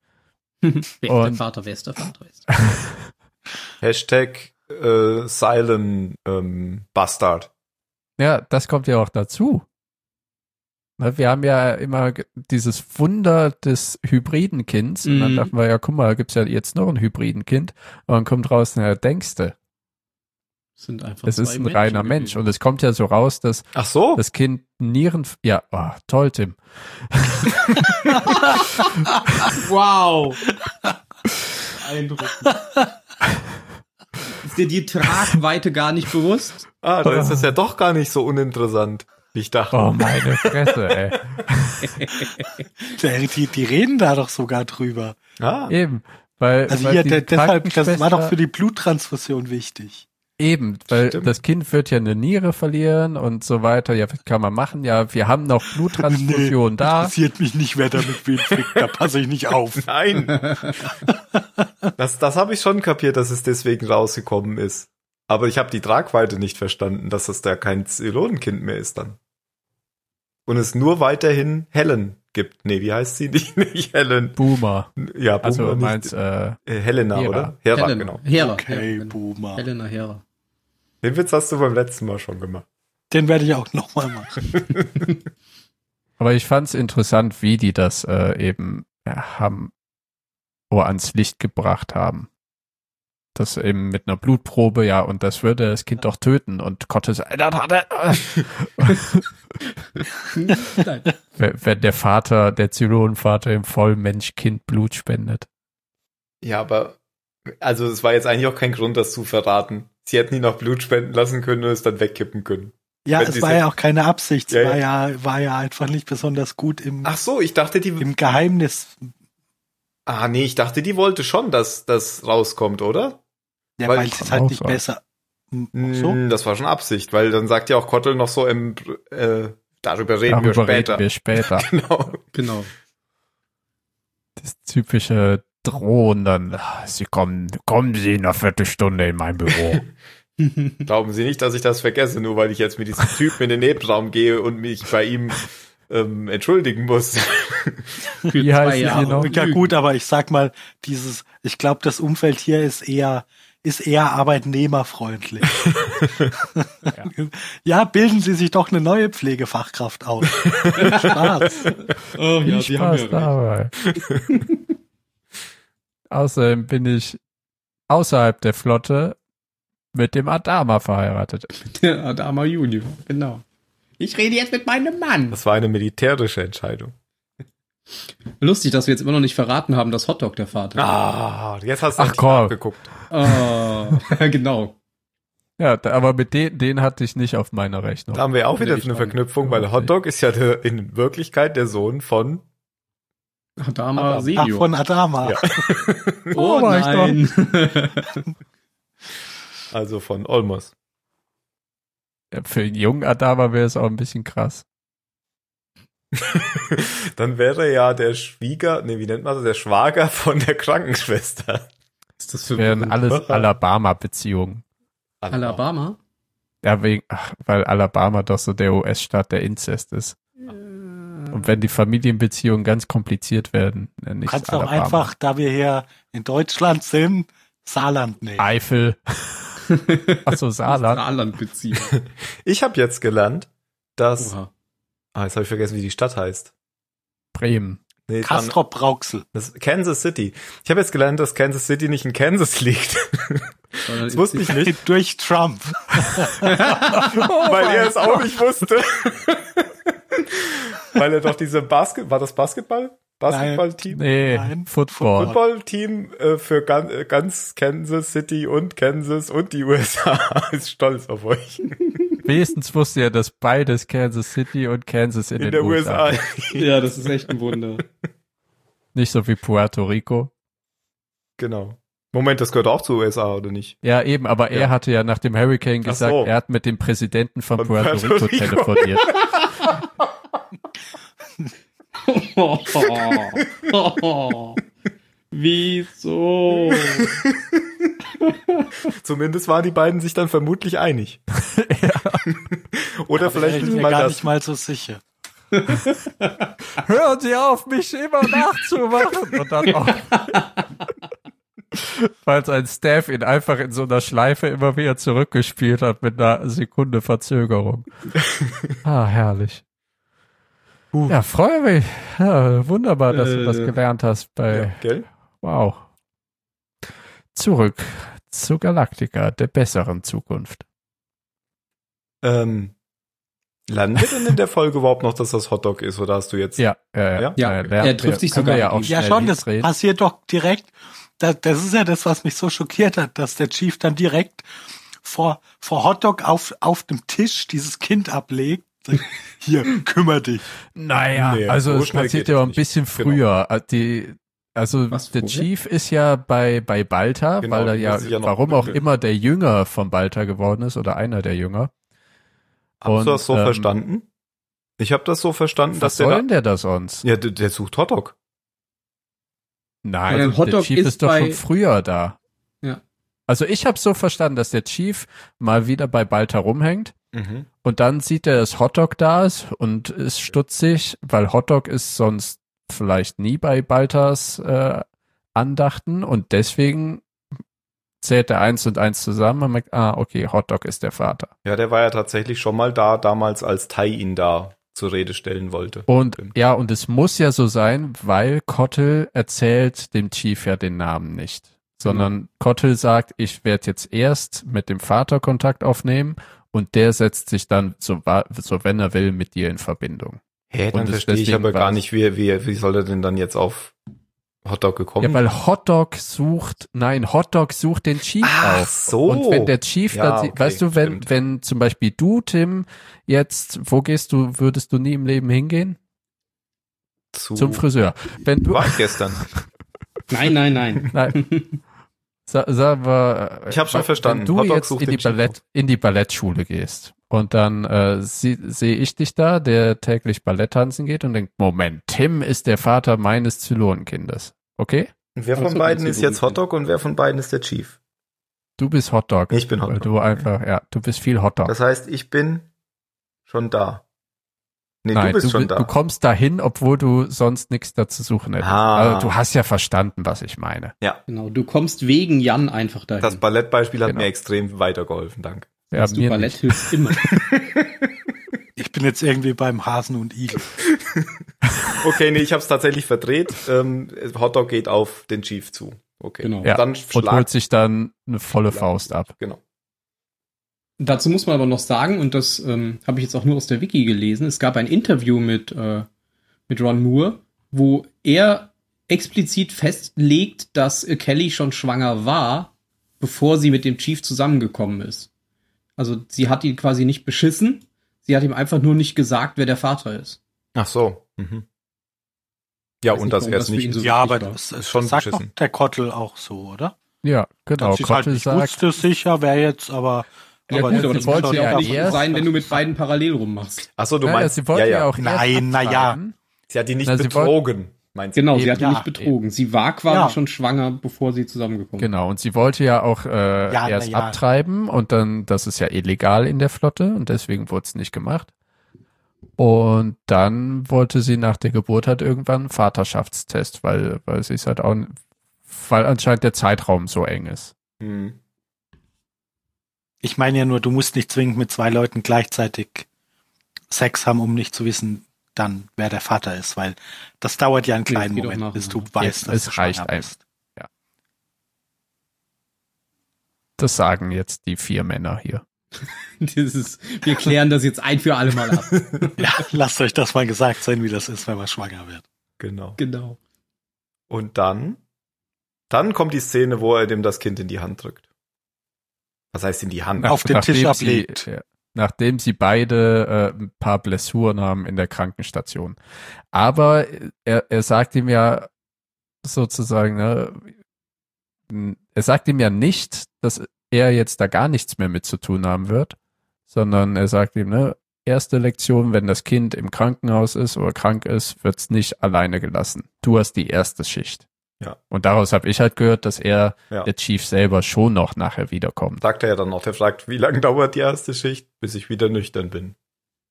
Wer ist der
Und-
Vater, wer ist der Vater? Ist.
Hashtag äh, Silent ähm, Bastard.
Ja, das kommt ja auch dazu. Ne, Wir haben ja immer ge- dieses Wunder des hybriden Kinds. Und dann
Mhm.
dachten wir, ja, guck mal, gibt's ja jetzt noch ein hybriden Kind. Und dann kommt raus, naja, denkst du,
Sind einfach
es
zwei
ist ein
Menschen
reiner
gewesen.
Mensch. Und es kommt ja so raus, dass
Ach so.
das Kind Nieren, ja, oh, toll, Tim.
Wow! Eindruckend. Ist dir die Tragweite gar nicht
[LAUGHS]
bewusst?
Ah, dann ist das ja doch gar nicht so uninteressant, wie ich dachte.
Oh, meine Fresse, ey.
Die, die, die reden da doch sogar drüber.
Ah,
Eben. Weil,
Also
weil
hier,
die
de- deshalb, das war doch
Krankenschwester-
für die Bluttransfusion wichtig.
Eben, weil
Stimmt.
das Kind wird ja eine Niere verlieren und so weiter. Ja, was kann man machen? Ja, wir haben
[LAUGHS]
noch Bluttransfusion da.
Interessiert mich nicht, wer damit wen fickt, da passe ich
[LAUGHS]
nicht auf.
nein. das das habe ich schon kapiert, dass es deswegen rausgekommen ist. Aber ich habe die Tragweite nicht verstanden, dass es da kein Zylonenkind mehr ist dann. Und es nur weiterhin Helen gibt. Nee, wie heißt sie? [LAUGHS] Nicht, nicht Helen.
Boomer.
Ja,
Also
Boomer
du
nicht.
meinst, äh,
Äh, Helena,
Hera.
oder? Hera,
Helena.
genau.
Hera.
Okay,
Hera.
Boomer.
Helena
[LAUGHS]
Hera.
Den Witz hast du beim letzten Mal schon gemacht.
Den werde ich auch nochmal machen.
aber ich fand's interessant, wie die das äh, eben ja, haben oder ans Licht gebracht haben. Das eben mit einer Blutprobe, ja, und das würde das Kind doch töten. Und Gottes, dann hat er,
Nein.
wenn wenn der Vater, der Zylonenvater im Vollmensch-Kind Blut spendet.
Ja, aber also es war jetzt eigentlich auch kein Grund, das zu verraten. Sie hätten ihn noch Blut spenden lassen können und es dann wegkippen können.
Ja,
Wenn
es
sie
war
sind-
ja auch keine Absicht. Es
Ja, ja.
war ja, war ja einfach nicht besonders gut im,
Ach so, ich dachte, die.
im Geheimnis.
Ah, nee, ich dachte, die wollte schon, dass das rauskommt, oder?
Ja,
Weil
weil
ich
es
auch
halt nicht
sagen.
besser. Hm, ach So?
Mm, Das war schon Absicht, weil dann sagt ja auch Kottel noch so im. Äh, darüber reden wir
Darüber
später.
reden wir später.
[LAUGHS] Genau.
Genau.
das typische Drohen dann, ah, Sie kommen, kommen Sie in einer Viertelstunde in mein Büro.
Glauben Sie nicht, dass ich das vergesse, nur weil ich jetzt mit diesem Typen in den Nebenraum gehe und mich bei ihm ähm, entschuldigen muss. [LAUGHS]
Für
Wie heißt sie
Ja,
Genau.
und ja gut, aber ich sag mal, dieses, ich glaube, das Umfeld hier ist eher, ist eher arbeitnehmerfreundlich. ja. bilden Sie sich doch eine neue Pflegefachkraft aus. Viel Spaß.
Oh,
Viel Spaß dabei. [LAUGHS] Außerdem bin ich außerhalb der Flotte mit dem Adama verheiratet.
[LAUGHS] Der Adama Junior, genau. Ich rede jetzt mit meinem Mann.
Das war eine militärische Entscheidung.
Lustig, dass wir jetzt immer noch nicht verraten haben, dass Hotdog der Vater
Ah, jetzt hast
Ach,
endlich
komm.
nachgeguckt.
ist. Oh, [LAUGHS] genau.
Ja, da, aber mit den, den hatte ich nicht auf meiner Rechnung.
Da haben wir auch
Nee,
wieder
ich
so eine
fand-
Verknüpfung, weil Hotdog ist ja der, in Wirklichkeit der Sohn von.
Adama
Ach,
Senior.
von Adama. [LAUGHS]
Ja.
Oh,
Oh, war ich
nein. [LAUGHS]
Also von Olmos.
Für den jungen Adama wäre es auch ein bisschen krass.
Dann wäre ja der Schwieger, nee, wie nennt man das, der Schwager von der Krankenschwester.
ist das
Wären
für
alles Alabama-Beziehungen.
Alabama?
Ja, wegen, ach, weil Alabama doch so der US-Staat der Inzest ist. Und wenn die Familienbeziehungen ganz kompliziert werden, dann
Du
ist
kannst auch
Alabama.
einfach, da wir hier in Deutschland sind, Saarland
[LAUGHS]
nehmen.
Eifel. Achso, Saarland.
Saarland beziehen.
Ich habe jetzt gelernt, dass.
Oha.
Ah, jetzt habe ich vergessen, wie die Stadt heißt.
Bremen.
Nee, dann-
Castrop Brauxel.
das Kansas City. Ich habe jetzt gelernt, dass Kansas City nicht in Kansas liegt.
Sondern
Das wusste ich nicht,
Durch Trump.
weil er es auch nicht wusste. [LAUGHS] weil er doch diese Basket, war das Basketball? Basketballteam?
Nee,
Nein,
Football.
Football-Team äh, für gan äh, ganz Kansas City und Kansas und die USA [LAUGHS] ist stolz auf euch.
Wenigstens wusste er, dass beides Kansas City und Kansas in,
In,
den
der
USA.
USA.
sind.
Ja, das ist echt ein Wunder.
Nicht so wie Puerto Rico.
Genau. Moment, das gehört auch zu USA, oder nicht?
Ja, eben, aber
Ja.
er hatte ja nach dem Hurricane
Ach
gesagt,
so.
er hat mit dem Präsidenten von,
Von
Puerto,
Puerto
Rico,
Rico.
telefoniert.
Oh. [LAUGHS] Wieso?
Zumindest waren die beiden sich dann vermutlich
[LAUGHS]
einig. [LAUGHS] oder
Vielleicht
vielleicht
ich
nicht
bin mir
mal
gar
das.
nicht mal so sicher.
Hören Sie auf, mich immer nachzumachen. Und dann auch. [LAUGHS] Falls ein Staff ihn einfach in so einer Schleife immer wieder zurückgespielt hat mit einer Sekunde Verzögerung. Ah, herrlich.
Puh.
Ja, freue mich. Ja, wunderbar, dass du das
Äh,
gelernt hast bei
Ja, gell?
Wow. Zurück zu Galactica, der besseren Zukunft.
Ähm, landen wir denn in der Folge überhaupt noch, dass das Hotdog ist? Oder hast du jetzt
Ja, ja, Äh,
Ja?
Ja, er trifft sich sogar
Ja,
mit
auch
ihm.
Ja,
schnell
schon, das
mitreden.
passiert doch direkt. Das, das ist ja das, was mich so schockiert hat, dass der Chief dann direkt vor, vor Hotdog auf, auf dem Tisch dieses Kind ablegt. Hier, kümmere dich.
Naja,
Nee,
also
so
es
schnell
passiert
geht
ja
es
ein
nicht.
bisschen
Genau.
früher. Also Die, also
Was,
der
vorher?
Chief ist ja bei, bei Balta,
Genau,
weil er
die
ja,
müssen sich ja noch
warum auch
prügeln.
immer der Jünger von Balta geworden ist oder einer der Jünger.
Hast
Und,
du das so
ähm,
verstanden? Ich habe das so verstanden,
Was
dass der
soll
da,
denn der da sonst?
ja, der, der sucht Hotdog.
Nein,
Weil ein
der
Hotdog
Chief
ist
ist, doch
bei-
schon früher da.
Ja.
Also ich habe so verstanden, dass der Chief mal wieder bei Balta rumhängt
Mhm.
Und dann sieht er, dass Hotdog da ist und ist stutzig, weil Hotdog ist sonst vielleicht nie bei Baltas äh, Andachten und deswegen zählt er eins und eins zusammen und merkt, ah, okay, Hotdog ist der Vater.
Ja, der war ja tatsächlich schon mal da, damals als Tai ihn da zur Rede stellen wollte.
Und
Stimmt.
ja, und es muss ja so sein, weil Kottel erzählt dem Chief ja den Namen nicht, sondern Kottel sagt, ich werde jetzt erst mit dem Vater Kontakt aufnehmen und der setzt sich dann, so, wa- so wenn er will, mit dir in Verbindung.
Hä, dann
Und das-
verstehe ich
deswegen
aber gar
war's.
nicht, wie, wie, wie soll er denn dann jetzt auf Hotdog gekommen?
Ja, weil Hotdog sucht, nein, Hotdog sucht den Chief
Ach
auf.
so.
Und wenn der Chief,
Ja,
dann, sie-
okay,
weißt du, wenn,
stimmt.
wenn zum Beispiel du, Tim, jetzt, wo gehst du, würdest du nie im Leben hingehen?
zu,
Zum Friseur. Wenn du,
war ich gestern.
Nein, nein, nein.
nein, sa, sagen wir, äh,
Ich hab schon
wenn
verstanden.
du
Hotdog
jetzt
sucht
in die,
den Chief
Ballett, in die Ballettschule gehst und dann äh, sie- sehe ich dich da, der täglich Ballett tanzen geht und denkt, Moment, Tim ist der Vater meines Zylonenkindes. Okay?
Und wer
Ach
von
so,
beiden
das
ist
ist
jetzt Hotdog und wer von beiden ist der Chief?
Du bist Hotdog.
Ich bin
Weil
Hotdog.
du einfach, ja, du bist viel Hotdog.
Das heißt, ich bin schon da. Nee,
Nein,
du bist schon
bi-
da.
du kommst dahin, obwohl du sonst nichts dazu suchen hättest.
Ah.
Also, du hast ja verstanden, was ich meine.
[LAUGHS] Genau, du kommst wegen Jan einfach dahin.
das Ballettbeispiel hat
Genau.
mir extrem weitergeholfen, danke.
Ja,
du
mir
Ballett
nicht.
hilft immer.
Ich bin jetzt irgendwie beim Hasen und Igel.
Okay, nee, ich habe es tatsächlich verdreht. Ähm, Hotdog geht auf den Chief zu. Okay.
Genau.
Ja,
Dann
und holt
schlagt.
sich dann eine volle
Schlag.
Faust ab.
Genau.
Dazu muss man aber noch sagen, und das ähm, habe ich jetzt auch nur aus der Wiki gelesen, es gab ein Interview mit, äh, mit Ron Moore, wo er explizit festlegt, dass äh, Kelly schon schwanger war, bevor sie mit dem Chief zusammengekommen ist. Also sie hat ihn quasi nicht beschissen, sie hat ihm einfach nur nicht gesagt, wer der Vater ist.
Ach so. Mhm. Ja,
Weiß
und
nicht,
dass
warum
er es
das für ihn
nicht.
so
ja, aber
wichtig war.
das, das
Schon
sagt doch
beschissen.
der Kottel auch so, oder?
Ja, genau.
Dass sie's halt
Kottel
nicht
sagt,
wusste sicher, wer jetzt, aber,
Ja, gut, aber
sie
das
wollte
kann
ja
ja auch nicht
erst-
sein, wenn du mit beiden parallel rummachst.
Ach so, du
naja,
meinst,
sie wollte
ja,
ja,
ja.
auch
Nein,
erst
na ja.
abwarten.
sie hat ihn nicht
Na, sie
betrogen, meinst
Genau, sie
Eben,
hat ihn
ja,
nicht betrogen. Sie war quasi
Ja.
schon schwanger, bevor sie zusammengekommen sind.
Genau, und sie wollte ja auch äh,
Ja, na
erst
ja.
abtreiben und dann, das ist ja illegal in der Flotte und deswegen wurde es nicht gemacht. Und dann wollte sie nach der Geburt halt irgendwann einen Vaterschaftstest, weil, weil sie es halt auch, weil anscheinend der Zeitraum so eng ist.
du? Hm.
ich meine ja nur, du musst nicht zwingend mit zwei Leuten gleichzeitig Sex haben, um nicht zu wissen, dann, wer der Vater ist, weil das dauert ja einen
Nee, das
kleinen
geht auch
Moment, bis du
nacheinander.
weißt,
Ja,
dass
es
du
reicht
schwanger
einem.
bist.
Das sagen jetzt die vier Männer hier.
[LAUGHS] Das ist, wir klären das jetzt ein für alle Mal ab.
[LAUGHS] Ja, lasst euch das mal gesagt sein, wie das ist, wenn man schwanger wird.
Genau.
Genau.
Und dann? Dann kommt die Szene, wo er dem das Kind in die Hand drückt. Was heißt in die Hand?
Auf den
nachdem
Tisch
sie-
ablegt.
ja, nachdem sie beide äh, ein paar Blessuren haben in der Krankenstation. Aber äh, er, er sagt ihm ja sozusagen, ne, er sagt ihm ja nicht, dass er jetzt da gar nichts mehr mit zu tun haben wird, sondern er sagt ihm, ne, erste Lektion, wenn das Kind im Krankenhaus ist oder krank ist, wird's nicht alleine gelassen. Du hast die erste Schicht.
Ja.
Und daraus habe ich halt gehört, dass er,
Ja.
der Chief selber, schon noch nachher wiederkommt.
Sagt er ja dann noch. Der fragt, wie lange dauert die erste Schicht, bis ich wieder nüchtern bin.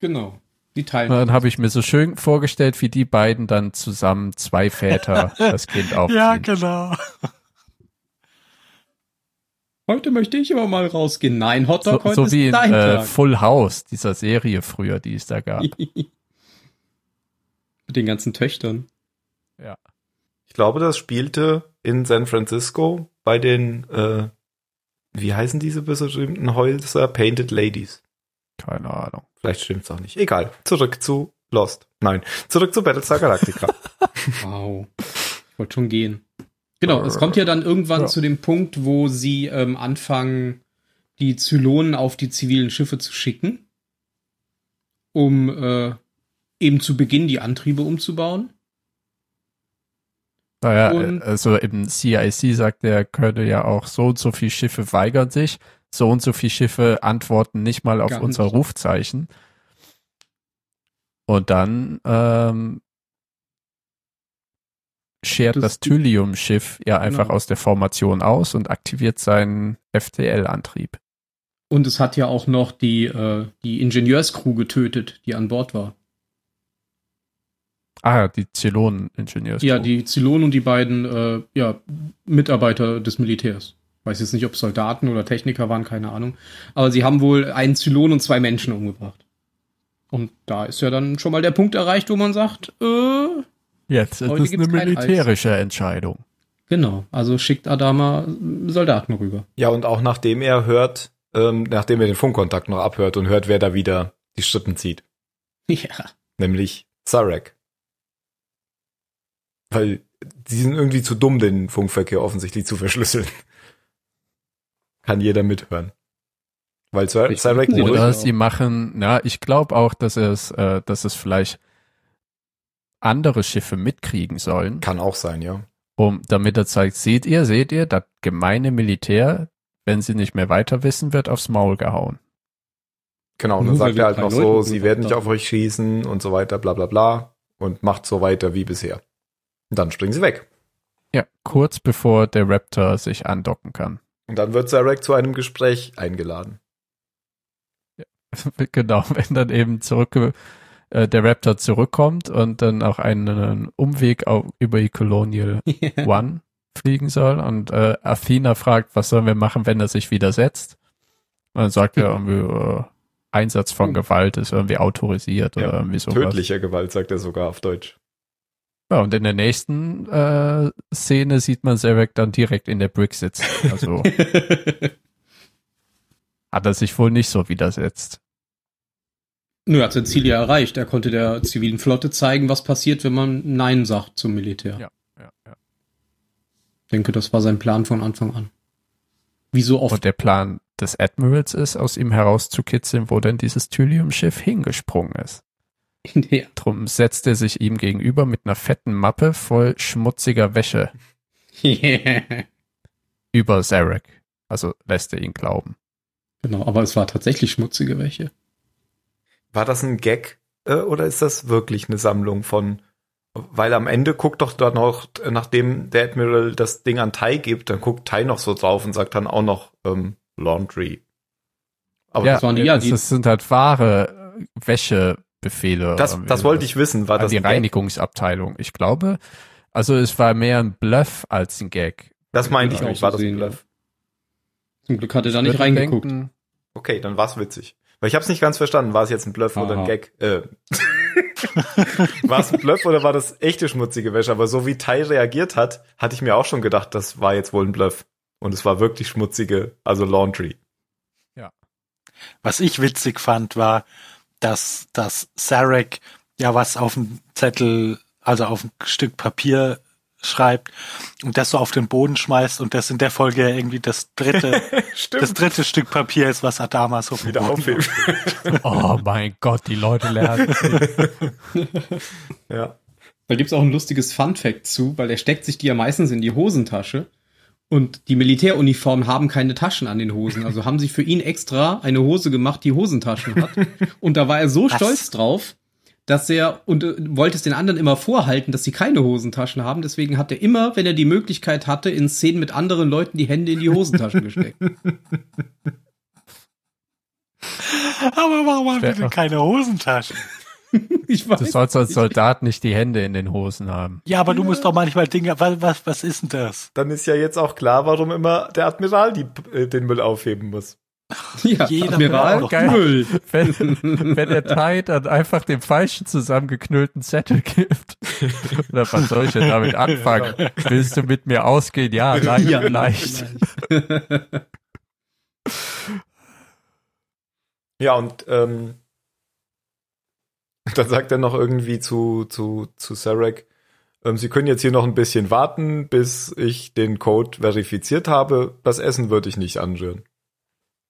Genau. Die
Und
teilen.
dann habe ich mir so schön vorgestellt, wie die
[LAUGHS] genau,
beiden dann zusammen zwei Väter das Kind aufziehen.
Ja, genau.
Heute möchte ich aber mal rausgehen. Nein,
So,
Hotdog heute
so
ist
wie in
dein
äh,
Tag.
Full House, dieser Serie früher, die es da gab.
[LAUGHS] Mit den ganzen Töchtern.
Ich glaube, das spielte in San Francisco bei den, äh, wie heißen diese berühmten Häuser? Painted Ladies.
Keine Ahnung.
Vielleicht stimmt's auch nicht. Egal. Zurück zu Lost. Nein. Zurück zu Battlestar Galactica.
Wow. Ich wollte schon gehen. Genau, es kommt ja dann irgendwann
Ja.
zu dem Punkt, wo sie ähm, anfangen, die Zylonen auf die zivilen Schiffe zu schicken, um äh, eben zu Beginn die Antriebe umzubauen.
Naja,
Und-
äh, also im CIC sagt er, könnte ja auch so und so viele Schiffe weigern sich, so und so viele Schiffe antworten nicht mal auf
Gar
unser
nicht.
Rufzeichen. Und dann ähm, schert
Das-
das Thylium-Schiff ja einfach
Genau.
aus der Formation aus und aktiviert seinen FTL-Antrieb.
Und es hat ja auch noch die, äh, die Ingenieurscrew getötet, die an Bord war.
Ah, die Zylonen-Ingenieurs.
Ja, die Zylonen und die beiden äh, ja, Mitarbeiter des Militärs. Weiß jetzt nicht, ob Soldaten oder Techniker waren, keine Ahnung. Aber sie haben wohl einen Zylon und zwei Menschen umgebracht. Und da ist ja dann schon mal der Punkt erreicht, wo man sagt, äh,
Jetzt ist
Heute
es eine
gibt's kein Eis.
militärische Entscheidung.
genau, also schickt Adama Soldaten rüber. [LAUGHS]
ja, und auch nachdem er hört, ähm, nachdem er den Funkkontakt noch abhört und hört, wer da wieder die Strippen zieht.
Ja.
Nämlich Zarek. Weil die sind irgendwie zu dumm, den Funkverkehr offensichtlich zu verschlüsseln. [LAUGHS] Kann jeder mithören. Weil Zar-
Ich-
Zarek
Sie
beruhigt-
Oder
durchaus.
sie machen, na, ich glaube auch, dass es, äh, dass es vielleicht andere Schiffe mitkriegen sollen,
kann auch sein, ja.
um, damit er zeigt, seht ihr, seht ihr, das gemeine Militär, wenn sie nicht mehr weiter wissen, wird aufs Maul gehauen.
Genau, und dann
Nur weil
sagt
wir
er halt
drei
noch
Leute
so,
gut
sie werden nicht
drauf
auf euch schießen und so weiter, bla bla bla. Und macht so weiter wie bisher. Und dann springen sie weg.
Ja, kurz bevor der Raptor sich andocken kann. [LAUGHS]
Und dann wird Zarek zu einem Gespräch eingeladen.
genau, wenn dann eben zurück äh, der Raptor zurückkommt und dann auch einen Umweg auf, über die Colonial
[LAUGHS]
One fliegen soll und äh, Athena fragt, was sollen wir machen, wenn er sich widersetzt? Und dann sagt er irgendwie, äh, Einsatz von Gewalt ist irgendwie autorisiert oder
Ja,
irgendwie sowas.
Tödlicher Gewalt, sagt er sogar auf Deutsch.
Ja, und in der nächsten äh, Szene sieht man Zarek dann direkt in der Brick sitzen. Also hat er sich wohl nicht so widersetzt.
Nö, er hat sein Ziel ja erreicht. Er konnte der zivilen Flotte zeigen, was passiert, wenn man Nein sagt zum Militär.
Ja, ja, ja.
Ich denke, das war sein Plan von Anfang an. Wie so oft
Und der Plan des Admirals ist, aus ihm herauszukitzeln, wo denn dieses Thylium-Schiff hingesprungen ist.
in der [LAUGHS]
Drum setzt er sich ihm gegenüber mit einer fetten Mappe voll schmutziger Wäsche
Yeah.
über Zarek. Also lässt er ihn glauben.
Genau, aber es war tatsächlich schmutzige Wäsche.
War das ein Gag äh, oder ist das wirklich eine Sammlung von? Weil am Ende guckt doch dann noch, äh, nachdem der Admiral das Ding an Tai gibt, dann guckt Tai noch so drauf und sagt dann auch noch ähm, Laundry. Aber
das waren die- ja,
das,
die-
das sind halt wahre
das,
Wäschebefehle.
das,
Irgendwie
das wollte ich wissen. War
an
das
die
ein Gag?
Reinigungsabteilung. Ich glaube, also es war mehr ein Bluff als ein Gag.
Das meinte
Ja,
ich
ich
nicht. War das ein
sehen, ja.
Bluff?
Zum Glück hat er da
Ich
nicht
würde
reingeguckt.
denken,
Okay, dann war's witzig. Weil ich habe es nicht ganz verstanden. War es jetzt ein Bluff oder ein
Aha.
Gag? Äh. [LAUGHS] war es ein Bluff oder war das echte schmutzige Wäsche? Aber so wie Tai reagiert hat, hatte ich mir auch schon gedacht, das war jetzt wohl ein Bluff. Und es war wirklich schmutzige, also Laundry.
Was ich witzig fand, war, dass, dass Sarek ja was auf dem Zettel, also auf ein Stück Papier schreibt und das so auf den Boden schmeißt und das in der Folge irgendwie das dritte,
[LAUGHS]
Stimmt.
das dritte Stück Papier ist, was Adama so
wieder aufheben.
oh mein Gott, die
[LAUGHS]
Leute lernen.
ja.
Da gibt's auch ein lustiges Fun-Fact zu, weil er steckt sich die ja meistens in die Hosentasche. Und die Militäruniformen haben keine Taschen an den Hosen. Also haben sie für ihn extra eine Hose gemacht, die Hosentaschen hat. Und da war er so
Was?
stolz drauf, dass er und äh, wollte es den anderen immer vorhalten, dass sie keine Hosentaschen haben. Deswegen hat er immer, wenn er die Möglichkeit hatte, in Szenen mit anderen Leuten die Hände in die Hosentaschen gesteckt.
Aber warum haben wir
Wer-
denn keine Hosentaschen?
ich weiß
Du sollst als
nicht.
Soldat nicht die Hände in den Hosen haben.
Ja, aber du musst doch manchmal Dinge, was, was, was ist denn das?
Dann ist ja jetzt auch klar, warum immer der Admiral die, äh, den Müll aufheben muss.
Ja,
Jeder
Admiral
braucht
doch-
Müll.
Wenn, wenn der Tide dann einfach den falschen zusammengeknüllten Zettel gibt. Oder was soll ich denn damit anfangen? Willst du mit mir ausgehen? Ja, nein,
Ja,
vielleicht.
Ja, und ähm, [LAUGHS] dann sagt er noch irgendwie zu, zu, zu Sarek, ähm, Sie können jetzt hier noch ein bisschen warten, bis ich den Code verifiziert habe. Das Essen würde ich nicht anrühren.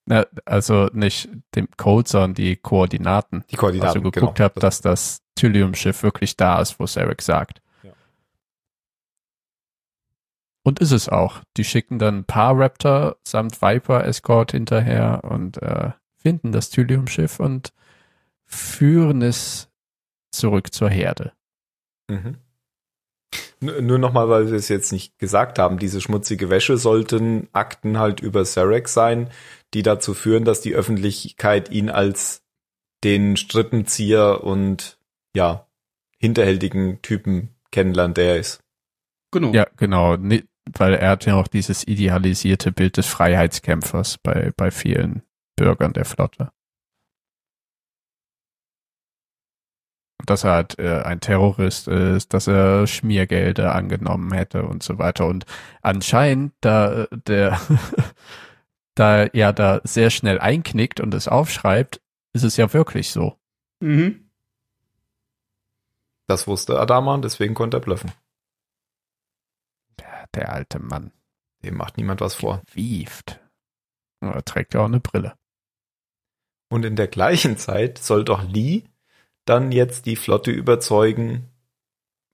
Na, also nicht den Code, sondern die Koordinaten.
Die
Also
Koordinaten,
geguckt
genau.
habe, dass das Thylium-Schiff wirklich da ist, wo Sarek sagt.
Ja.
Und ist es auch. Die schicken dann ein paar Raptor samt Viper-Escort hinterher und äh, finden das Thylium-Schiff und führen es zurück zur Herde.
Mhm. N- Nur nochmal, weil wir es jetzt nicht gesagt haben, diese schmutzige Wäsche sollten Akten halt über Sarek sein, die dazu führen, dass die Öffentlichkeit ihn als den Strippenzieher und ja, hinterhältigen Typen kennenlernt, der er ist.
Genau.
Ja, genau. Ni- weil er hat ja auch dieses idealisierte Bild des Freiheitskämpfers bei, bei vielen Bürgern der Flotte. Dass er halt äh, ein Terrorist ist, dass er Schmiergelder angenommen hätte und so weiter. Und anscheinend, da äh, der [LAUGHS] da er da sehr schnell einknickt und es aufschreibt, ist es ja wirklich so.
Mhm.
Das wusste Adama, deswegen konnte er bluffen.
Der, der alte Mann.
Dem macht niemand was vor.
Wieft. Er trägt ja auch eine Brille.
Und in der gleichen Zeit soll doch Lee dann jetzt die Flotte überzeugen,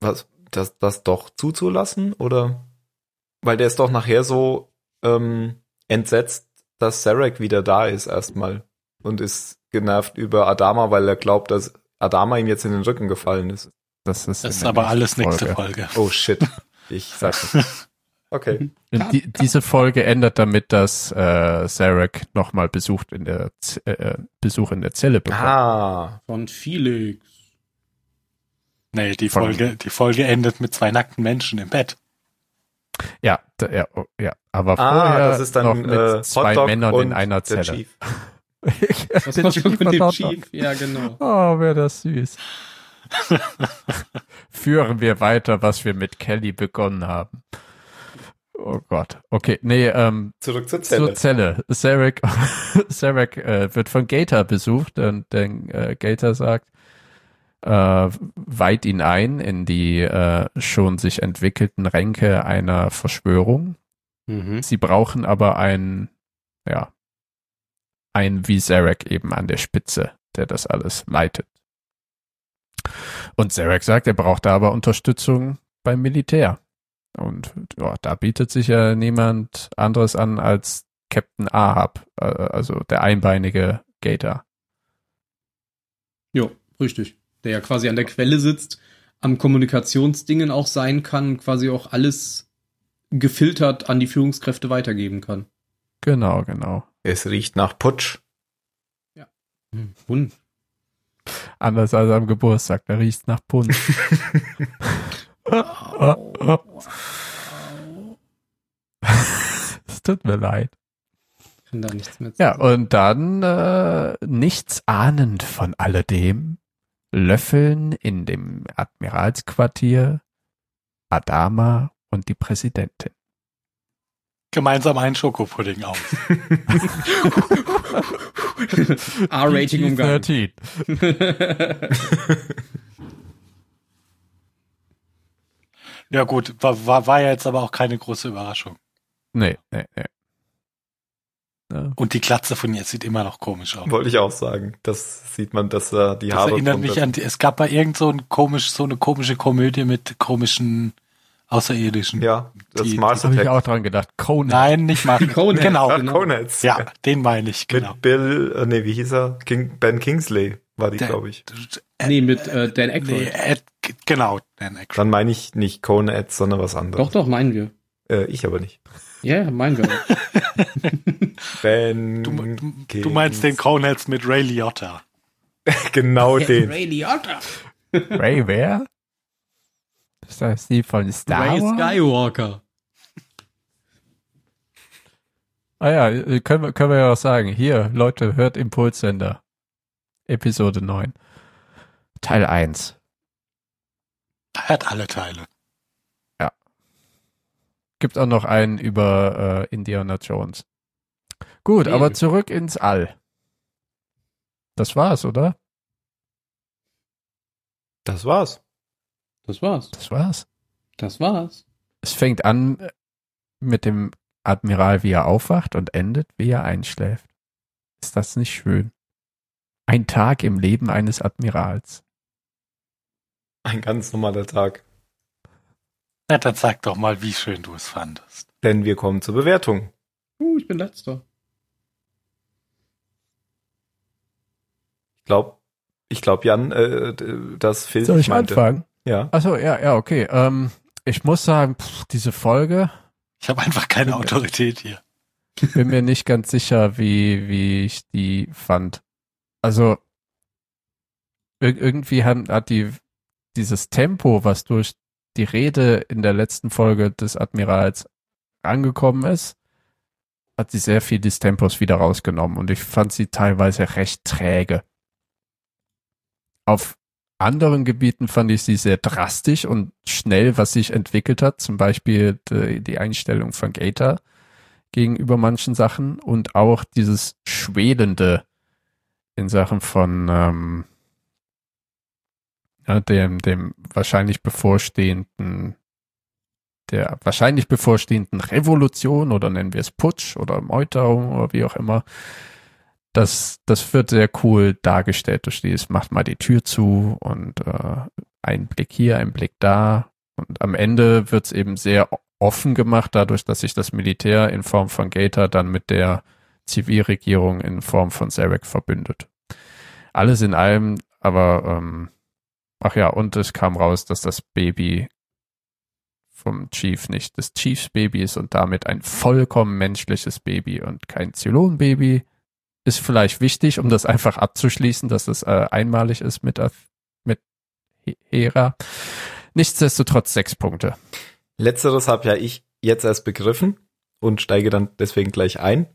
was, das, das doch zuzulassen, oder? Weil der ist doch nachher so ähm, entsetzt, dass Sarek wieder da ist erstmal und ist genervt über Adama, weil er glaubt, dass Adama ihm jetzt in den Rücken gefallen ist.
Das ist,
Das
in
ist
der
aber
nächsten
alles nächste
Folge.
Folge.
Oh
[LAUGHS]
shit. Ich sag das. Okay.
Und Die, diese Folge ändert damit, dass äh, Sarek nochmal Besuch in der Z äh, Besuch in der Zelle bekommt.
Ah.
Von Felix.
Nee, die
Von-
Folge, die Folge endet mit zwei nackten Menschen im Bett.
Ja, da, ja, oh, ja, aber vorher
Ah, das ist
noch
dann
mit
äh,
zwei
Hotdog
Männern in
und
einer
der
Zelle.
Chief.
Was
Den
war schon
Chief
mit
und
dem
Hotdog.
Chief? Ja, genau.
[LAUGHS] Oh, wäre
[LAUGHS]
das süß. Führen wir weiter, was wir mit Kelly begonnen haben. Oh Gott. Okay, nee, ähm,
Zurück zur Zelle.
Zur Zelle. Sarek, [LAUGHS] Sarek äh, wird von Gator besucht und denn, äh, Gator sagt, äh, weiht ihn ein in die äh, schon sich entwickelten Ränke einer Verschwörung.
Mhm.
Sie brauchen aber einen, ja, einen wie Zarek eben an der Spitze, der das alles leitet. Und Zarek sagt, er braucht da aber Unterstützung beim Militär. Und ja, da bietet sich ja niemand anderes an als Captain Ahab, äh, also der einbeinige Gator.
Jo, richtig. Der ja quasi an der Quelle sitzt, am Kommunikationsdingen auch sein kann, quasi auch alles gefiltert an die Führungskräfte weitergeben kann.
Genau, genau.
Es riecht nach Putsch.
Hm, Wund.
Anders als am Geburtstag, da riecht's nach Punsch. Es tut mir leid.
Kann da nichts mehr zu
Ja,
sagen.
und dann, äh, nichts ahnend von alledem, löffeln in dem Admiralsquartier Adama und die Präsidentin.
Gemeinsam einen Schokopudding auf.
[LAUGHS] R-Rating umgangen.
PG-13.
Ja gut, war, war, war ja jetzt aber auch keine große Überraschung.
Nee, nee, nee. Ja.
Und die Glatze von ihr sieht immer noch komisch aus.
Wollte ich auch sagen. Das sieht man, dass er die
Das
Haare.
erinnert
drunter-
mich an, die, es gab mal irgend so, ein komisch, so eine komische Komödie mit komischen Außerirdischen.
Ja, das
die-
Mars
Da habe ich
Attack.
auch dran gedacht. Conan.
Nein, nicht Martin.
Conan.
[LAUGHS]
Genau.
Ach, Conets.
Ja, den meine ich,
Mit
genau.
Bill, äh, nee, wie hieß er? King, ben Kingsley war die,
Der-
glaube ich.
[LAUGHS] nee, mit äh, Dan Aykroyd.
Nee, Ed, genau, Dan Aykroyd.
Dann meine ich nicht Conets, sondern was
Doch,
anderes.
doch, meinen wir.
Äh, ich aber nicht.
Ja, yeah, meinen wir. auch.
Ben
Du, du, du
Kings-
meinst den Coneheads mit Ray Liotta.
genau den.
Ray Liotta.
Ray wer? Ist das die von Star
Ray
Wars?
Skywalker.
Ah ja, äh, können, wir- können wir ja auch sagen. Hier, Leute, hört Impulssender. Episode 9. Teil 1.
Hat alle Teile.
Gibt auch noch einen über äh, Indiana Jones. Gut,
Mhm.
aber zurück ins All. Das war's, oder?
Das war's.
Das war's.
Das war's.
Das war's.
Es fängt an äh, mit dem Admiral, wie er aufwacht und endet, wie er einschläft. Ist das nicht schön? Ein Tag im Leben eines Admirals.
Ein ganz normaler Tag.
Na, dann sag doch mal, wie schön du es fandest.
Denn wir kommen zur Bewertung.
Uh, ich bin letzter. [LAUGHS]
Ich glaube, ich glaub, Jan, äh, d- das Phil
Soll ich
meinte.
anfangen?
Ja.
Achso, ja, ja, okay. Ähm, ich muss sagen, pff, diese Folge,
Ich habe einfach keine
Okay.
Autorität hier.
bin mir nicht ganz sicher, wie, wie ich die fand. Also, ir irgendwie haben, hat die, dieses Tempo, was durch die Rede in der letzten Folge des Admirals angekommen ist, hat sie sehr viel des Tempos wieder rausgenommen und ich fand sie teilweise recht träge. Auf anderen Gebieten fand ich sie sehr drastisch und schnell, was sich entwickelt hat, zum Beispiel die, die Einstellung von Gator gegenüber manchen Sachen und auch dieses Schwelende in Sachen von ähm, ja, dem, dem wahrscheinlich bevorstehenden, der wahrscheinlich bevorstehenden Revolution oder nennen wir es Putsch oder Meuterung oder wie auch immer. Das, das wird sehr cool dargestellt durch dieses macht mal die Tür zu und äh, ein Blick hier, ein Blick da. Und am Ende wird es eben sehr offen gemacht, dadurch, dass sich das Militär in Form von Gator dann mit der Zivilregierung in Form von Sarek verbündet. Alles in allem, aber ähm, ach ja, und es kam raus, dass das Baby vom Chief nicht des Chiefs Baby ist und damit ein vollkommen menschliches Baby und kein Zylon-Baby. Ist vielleicht wichtig, um das einfach abzuschließen, dass das äh, einmalig ist mit, Ath- mit He- Hera. Nichtsdestotrotz sechs Punkte.
Letzteres habe ja ich jetzt erst begriffen und steige dann deswegen gleich ein.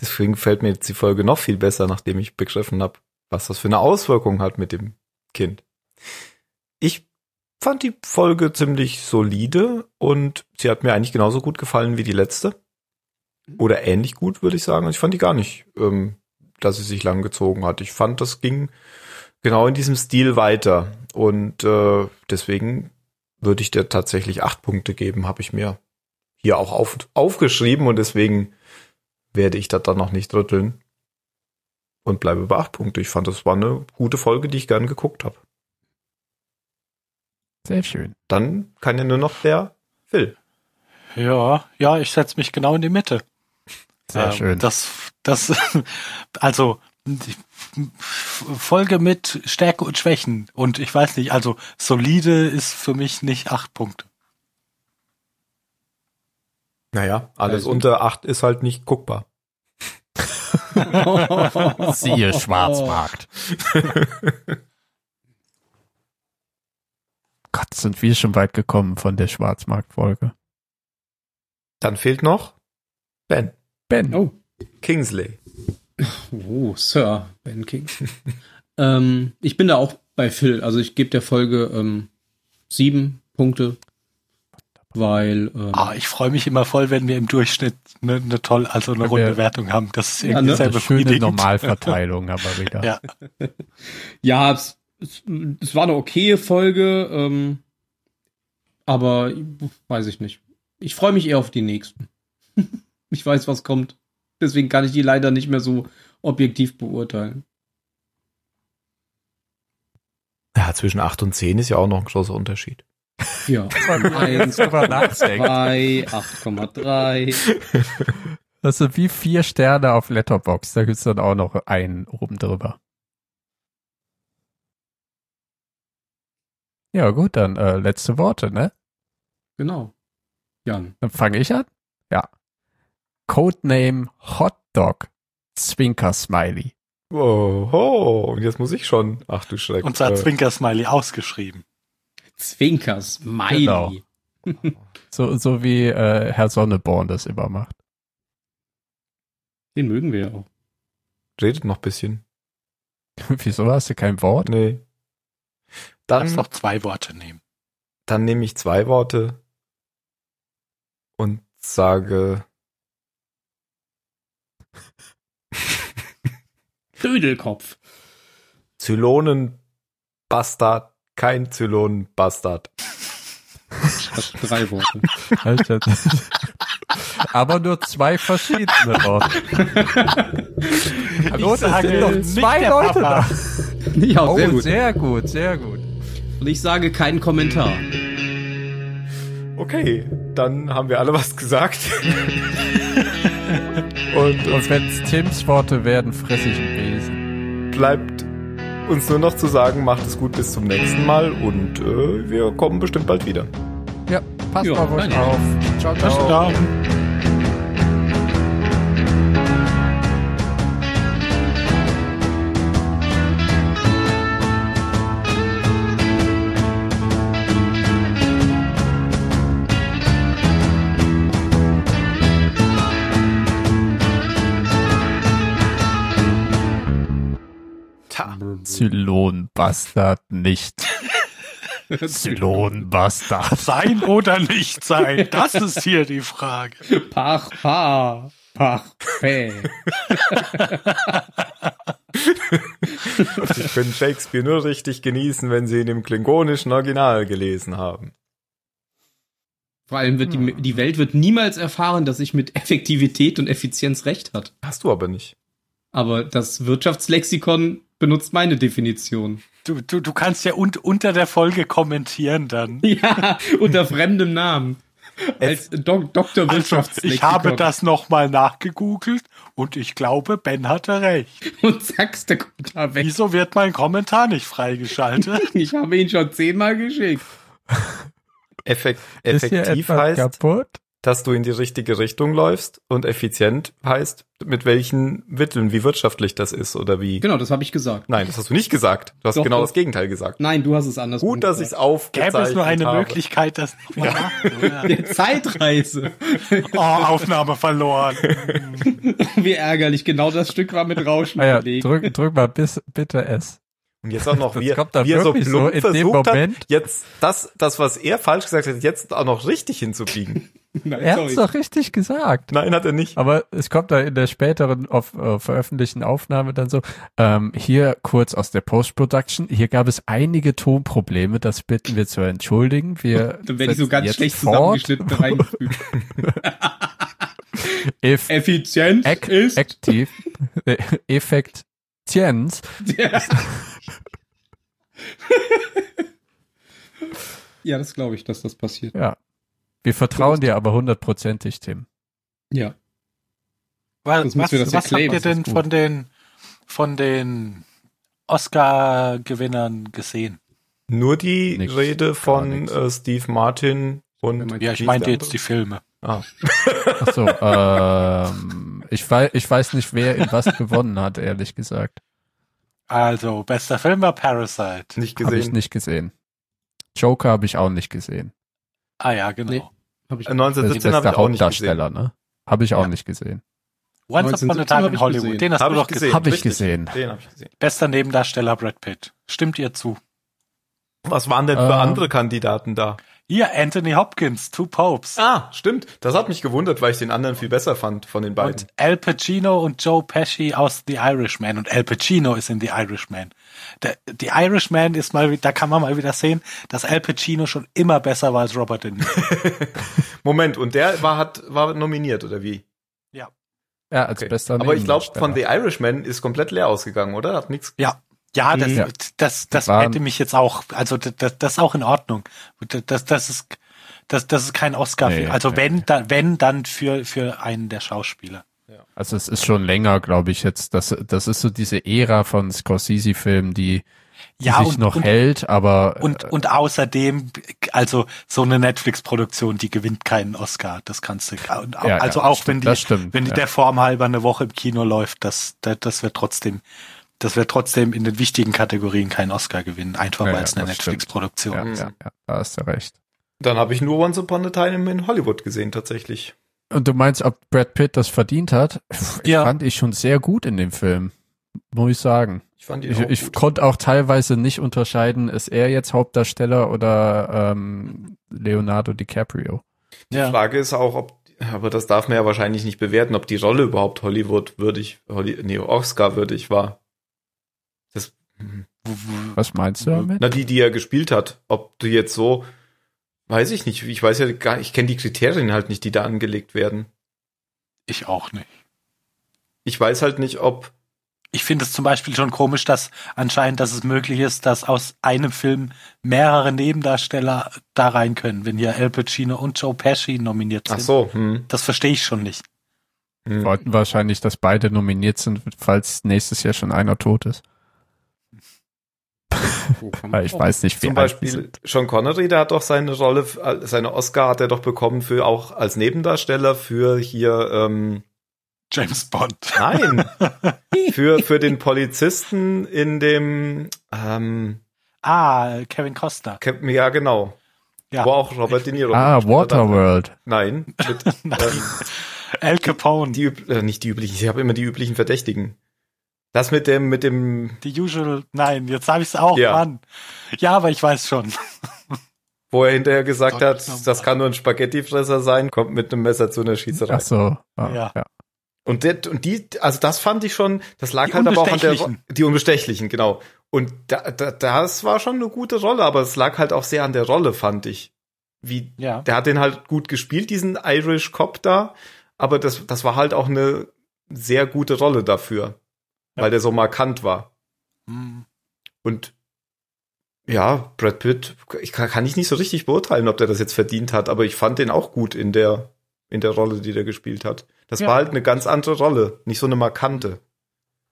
Deswegen fällt mir jetzt die Folge noch viel besser, nachdem ich begriffen habe, was das für eine Auswirkung hat mit dem Kind. Ich fand die Folge ziemlich solide und sie hat mir eigentlich genauso gut gefallen wie die letzte. Oder ähnlich gut, würde ich sagen. Ich fand die gar nicht, ähm, dass sie sich lang gezogen hat. Ich fand, das ging genau in diesem Stil weiter. Und äh, deswegen würde ich dir tatsächlich acht Punkte geben, habe ich mir hier auch auf, aufgeschrieben und deswegen werde ich das dann noch nicht rütteln und bleibe bei acht Punkte. Ich fand, das war eine gute Folge, die ich gern geguckt habe.
Sehr schön.
Dann kann ja nur noch der Phil.
Ja, ja, ich setze mich genau in die Mitte.
Sehr
Ähm,
schön.
Das, das, [LAUGHS] also die Folge mit Stärke und Schwächen. Und ich weiß nicht, also solide ist für mich nicht acht Punkte.
Naja, alles
Also-
unter acht ist halt nicht guckbar.
[LAUGHS] Siehe Schwarzmarkt. Gott, sind wir schon weit gekommen von der Schwarzmarktfolge.
Dann fehlt noch Ben
Ben,
Oh.
Kingsley.
Oh, Sir Ben King. [LAUGHS] ähm, ich bin da auch bei Phil. Also ich gebe der Folge ähm, sieben Punkte, weil ähm,
Ah, ich freue mich immer voll, wenn wir im Durchschnitt eine ne toll, also eine
Wenn
runde
wir-
Wertung haben. Das ist
Ja,
irgendwie
ne?
sehr
eine schöne
befriedigend.
Normalverteilung aber wieder.
Ja.
ja, es, es, es war eine okaye Folge, ähm, aber weiß ich nicht. Ich freue mich eher auf die nächsten. [LAUGHS] ich weiß, was kommt. Deswegen kann ich die leider nicht mehr so objektiv beurteilen.
Ja, zwischen acht und zehn ist ja auch noch ein großer Unterschied.
Ja, eins,
drüber nachdenkt.
zwei, 8,3.
Das sind wie vier Sterne auf Letterbox. Da gibt's dann auch noch einen oben drüber. Ja, gut, dann äh, letzte Worte, ne?
Genau. Jan.
Dann fange ich an. Ja. Codename Hot Dog Zwinker Smiley.
Oho, und jetzt muss ich schon. Ach du Schreck.
Und zwar
Äh,
Zwinker-Smiley ausgeschrieben.
Zwinkers, Smiley.
Genau. So, so wie äh, Herr Sonneborn das immer macht. [LAUGHS]
Den mögen wir auch.
Äh, redet noch ein bisschen.
Wieso hast du kein Wort?
Nee.
Darfst
Dann,
noch zwei Worte nehmen.
dann nehme ich zwei Worte und sage
Dödelkopf.
Zylonenbastard, kein Zylonenbastard.
Das sind drei [LAUGHS] Worte.
Alter. [LAUGHS] Aber nur zwei verschiedene Worte. Hallo,
Ich
das
sage
sind doch
nicht
zwei
der
Leute
Papa.
da.
ja,
Oh,
sehr gut.
sehr gut, sehr gut.
Und ich sage keinen Kommentar.
Okay, dann haben wir alle was gesagt. und
Und wenn's Tims Worte werden, fress ich einen Besen.
bleibt uns nur noch zu sagen, macht es gut bis zum nächsten Mal und äh, wir kommen bestimmt bald wieder.
Ja, passt
Ja,
auf euch
danke.
auf. Ciao,
Das
ciao.
da.
Zylon-Bastard nicht. Zylon-Bastard.
Sein oder nicht sein? Das ist hier die Frage.
Pach, pa, pach, pä.
Sie können Shakespeare nur richtig genießen, wenn Sie ihn im klingonischen Original gelesen haben.
Vor allem wird die, die Welt wird niemals erfahren, dass ich mit Effektivität und Effizienz recht hat.
Hast du aber nicht.
Aber das Wirtschaftslexikon benutzt meine Definition.
Du, du, du kannst ja un unter der Folge kommentieren dann.
[LAUGHS] Ja, unter fremdem Namen. Als Dok Doktor
Also,
Wirtschaftslexikon.
ich habe das nochmal nachgegoogelt und ich glaube, Ben hatte recht.
[LAUGHS] Und zackst, der kommt da weg.
Wieso wird mein Kommentar
[LAUGHS]
nicht freigeschaltet?
Ich habe ihn schon zehnmal geschickt.
Effekt,
Ist hier
effektiv
etwas
heißt,
kaputt?
dass du in die richtige Richtung läufst und effizient heißt, mit welchen Mitteln, wie wirtschaftlich das ist oder wie.
Genau, das habe ich gesagt.
Nein, das hast du nicht gesagt. Du hast
Doch,
genau
doch.
das Gegenteil gesagt.
Nein, du hast es anders
Gut, dass ich es
gesagt.
aufgezeichnet
Gäbe es nur eine
habe.
Möglichkeit, das nochmal
[LAUGHS]
nachzuhören.
Der Zeitreise.
Oh,
[LAUGHS]
Aufnahme verloren.
Wie ärgerlich. Genau das Stück war mit Rauschen
Ah ja,
belegt. [LAUGHS]
drück, drück mal bis, bitte S.
Und jetzt auch noch,
Das
wie, er-
kommt dann
wie er so
wirklich so
plump
in dem
versucht
Moment.
hat, jetzt das, das, was er falsch gesagt hat, jetzt auch noch richtig hinzubiegen.
Nein,
Er
sorry.
hat's doch richtig gesagt.
Nein, hat er nicht.
Aber es kommt da in der späteren auf, äh, veröffentlichten Aufnahme dann so, ähm, hier kurz aus der Post-Production, hier gab es einige Tonprobleme, das bitten wir zu entschuldigen. Wir
[LAUGHS] Dann werde ich so
setzen
ganz
jetzt
schlecht
fort.
zusammengeschnitten reingefügt.
[LAUGHS] If
Effizienz
act,
Äh, ist. [LAUGHS]
aktiv, äh, Effektienz
ja, das glaube ich, dass das passiert.
Ja. Wir vertrauen dir aber hundertprozentig, Tim.
Ja.
Was,
Das müssen
was,
wir das ja
was habt
claimen,
ihr
das ist
denn
gut.
von den, von den Oscar-Gewinnern gesehen?
Nur die
Nix,
Rede von
nix.
äh, Steve Martin
Wenn
und
man-
Ja, ich
Wie ist
meinte
der
jetzt die Filme.
ah,
Ach so, [LAUGHS] ähm, ich, wei ich weiß nicht, wer in was gewonnen hat, ehrlich gesagt.
Also, bester Film war Parasite.
nicht
Habe ich
gesehen.
nicht gesehen. Joker habe ich auch nicht gesehen.
Ah ja, genau.
Hab ich
Äh, 1917 habe ich
bester
auch nicht gesehen.
Hauptdarsteller, ne? Habe ich auch
Ja.
nicht gesehen.
Once Upon a
1917
Time
hab
in
ich
Hollywood.
gesehen.
Den hast
Hab
du
ich
doch
gesehen.
gesehen.
Habe ich
richtig.
gesehen.
Den habe ich gesehen.
Bester Nebendarsteller Brad Pitt. Stimmt ihr zu?
Was waren denn für
Ähm.
andere Kandidaten da?
Hier, Anthony Hopkins, Two Popes.
Ah, stimmt. Das hat mich gewundert, weil ich den anderen viel besser fand von den beiden.
Und Al Pacino und Joe Pesci aus The Irishman. Und Al Pacino ist in The Irishman. Der, The Irishman ist mal, wie- da kann man mal wieder sehen, dass Al Pacino schon immer besser war als Robert De Niro.
Moment, und der war, hat, war nominiert, oder wie?
Ja, als
Okay.
bester
Aber ich glaube,
Nebendarsteller.
von The Irishman ist komplett leer ausgegangen, oder? Hat nichts.
Ja, das,
Mhm. Ja.
das, das
Waren-
hätte mich jetzt auch, also das, das, das ist auch in Ordnung. Das, das ist, das, das ist kein Oscar.
Nee,
also
nee,
wenn, dann, wenn, dann für, für einen der Schauspieler.
Also es ist schon länger, glaube ich, jetzt. Das, das ist so diese Ära von Scorsese-Filmen, die, die
Ja,
sich
und-
noch
und-
hält, äh, aber
Und, und außerdem, also so eine Netflix-Produktion, die gewinnt keinen Oscar. Das kannst du. und au-
äh, Ja, ja,
also auch
stimmt,
wenn die,
das stimmt,
wenn die
ja.
der Form halber eine Woche im Kino läuft, das, das, das wird trotzdem das wäre trotzdem in den wichtigen Kategorien kein Oscar gewinnen, einfach
Ja,
weil
ja,
es eine
das stimmt.
Netflix-Produktion
Ja,
ist.
ja, ja, da hast du recht.
Dann habe ich nur Once Upon a Time in Hollywood gesehen, tatsächlich.
Und du meinst, ob Brad Pitt das verdient hat? Pff,
Ja.
Fand ich schon sehr gut in dem Film. Muss ich sagen.
Ich fand ihn
Ich,
auch
ich
gut.
konnte auch teilweise nicht unterscheiden, ist er jetzt Hauptdarsteller oder ähm, Leonardo DiCaprio.
Die Frage ist auch, ob, aber das darf man ja wahrscheinlich nicht bewerten, ob die Rolle überhaupt Hollywood würdig, Holly, nee, Oscar würdig war.
Was meinst du damit?
Na, die, die er gespielt hat. Ob du jetzt so, weiß ich nicht. Ich weiß ja gar, ich kenne die Kriterien halt nicht, die da angelegt werden.
Ich auch nicht.
Ich weiß halt nicht, ob,
Ich finde es zum Beispiel schon komisch, dass anscheinend, dass es möglich ist, dass aus einem Film mehrere Nebendarsteller da rein können, wenn hier Al Pacino und Joe Pesci nominiert sind.
ach so, hm,
Das verstehe ich schon nicht.
Wir
hm.
wollten wahrscheinlich, dass beide nominiert sind, falls nächstes Jahr schon einer tot ist. Weil ich weiß nicht, wie
Zum
alt die
Beispiel
sind.
Sean Connery, der hat doch seine Rolle, seine Oscar hat er doch bekommen für auch als Nebendarsteller für hier, ähm,
James Bond.
[LAUGHS]
nein, für, für den Polizisten in dem, ähm,
Ah, Kevin Costner. [LAUGHS]
Cap- ja genau,
Ja.
wo auch Robert De Niro.
Ah,
mitgespielt hat.
Waterworld.
Nein, mit, ähm,
Al Capone. Die,
die, üb- äh, nicht die üblichen, ich habe immer die üblichen Verdächtigen. Das mit dem, mit dem,
usual. Nein, jetzt habe ich es auch,
Ja.
Mann. Ja, aber ich weiß schon.
wo er hinterher gesagt
Gott,
hat, das kann nur ein Spaghettifresser sein, kommt mit einem Messer zu einer Schießerei.
Ach so. Ah,
Ja.
ja.
Und, der, und die, also das fand ich schon, das lag
Die
halt aber auch an der, Ro-
Unbestechlichen.
die Unbestechlichen, genau. Und da, da, das war schon eine gute Rolle, aber es lag halt auch sehr an der Rolle, fand ich. Wie,
Ja.
der hat den halt gut gespielt, diesen Irish Cop da, aber das, das war halt auch eine sehr gute Rolle dafür,
Ja.
weil der so markant war.
Hm.
Und ja, Brad Pitt, ich kann, kann ich nicht so richtig beurteilen, ob der das jetzt verdient hat, aber ich fand den auch gut in der, in der Rolle, die der gespielt hat. Das
Ja.
war halt eine ganz andere Rolle, nicht so eine markante.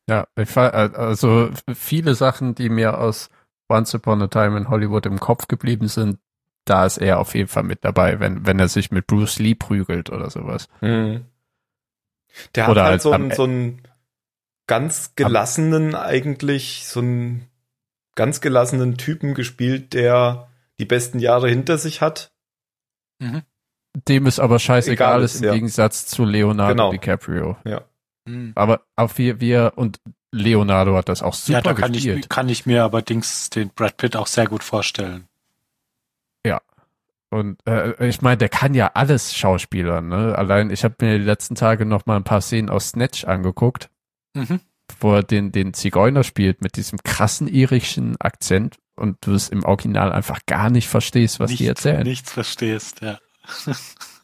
Ja, ich fa- äh, also viele Sachen, die mir aus Once Upon a Time in Hollywood im Kopf geblieben sind, da ist er auf jeden Fall mit dabei, wenn, wenn er sich mit Bruce Lee prügelt oder sowas.
Der hat
Oder
halt
als
so
am
einen,
E-
so einen ganz gelassenen, eigentlich, so einen ganz gelassenen Typen gespielt, der die besten Jahre hinter sich hat.
Dem ist aber scheißegal
Egal ist,
ist, im
ja.
Gegensatz zu Leonardo
Genau.
DiCaprio.
Hm.
Aber auch wir, wir und Leonardo hat das auch super
ja, da kann
gespielt.
ich, kann ich mir allerdings den Brad Pitt auch sehr gut vorstellen.
Und äh, ich meine, der kann ja alles Schauspieler, ne? Allein, ich habe mir die letzten Tage noch mal ein paar Szenen aus Snatch angeguckt,
Mhm.
wo er den, den Zigeuner spielt mit diesem krassen irischen Akzent und du es im Original einfach gar nicht verstehst, was die
nichts,
erzählen.
nichts verstehst, ja.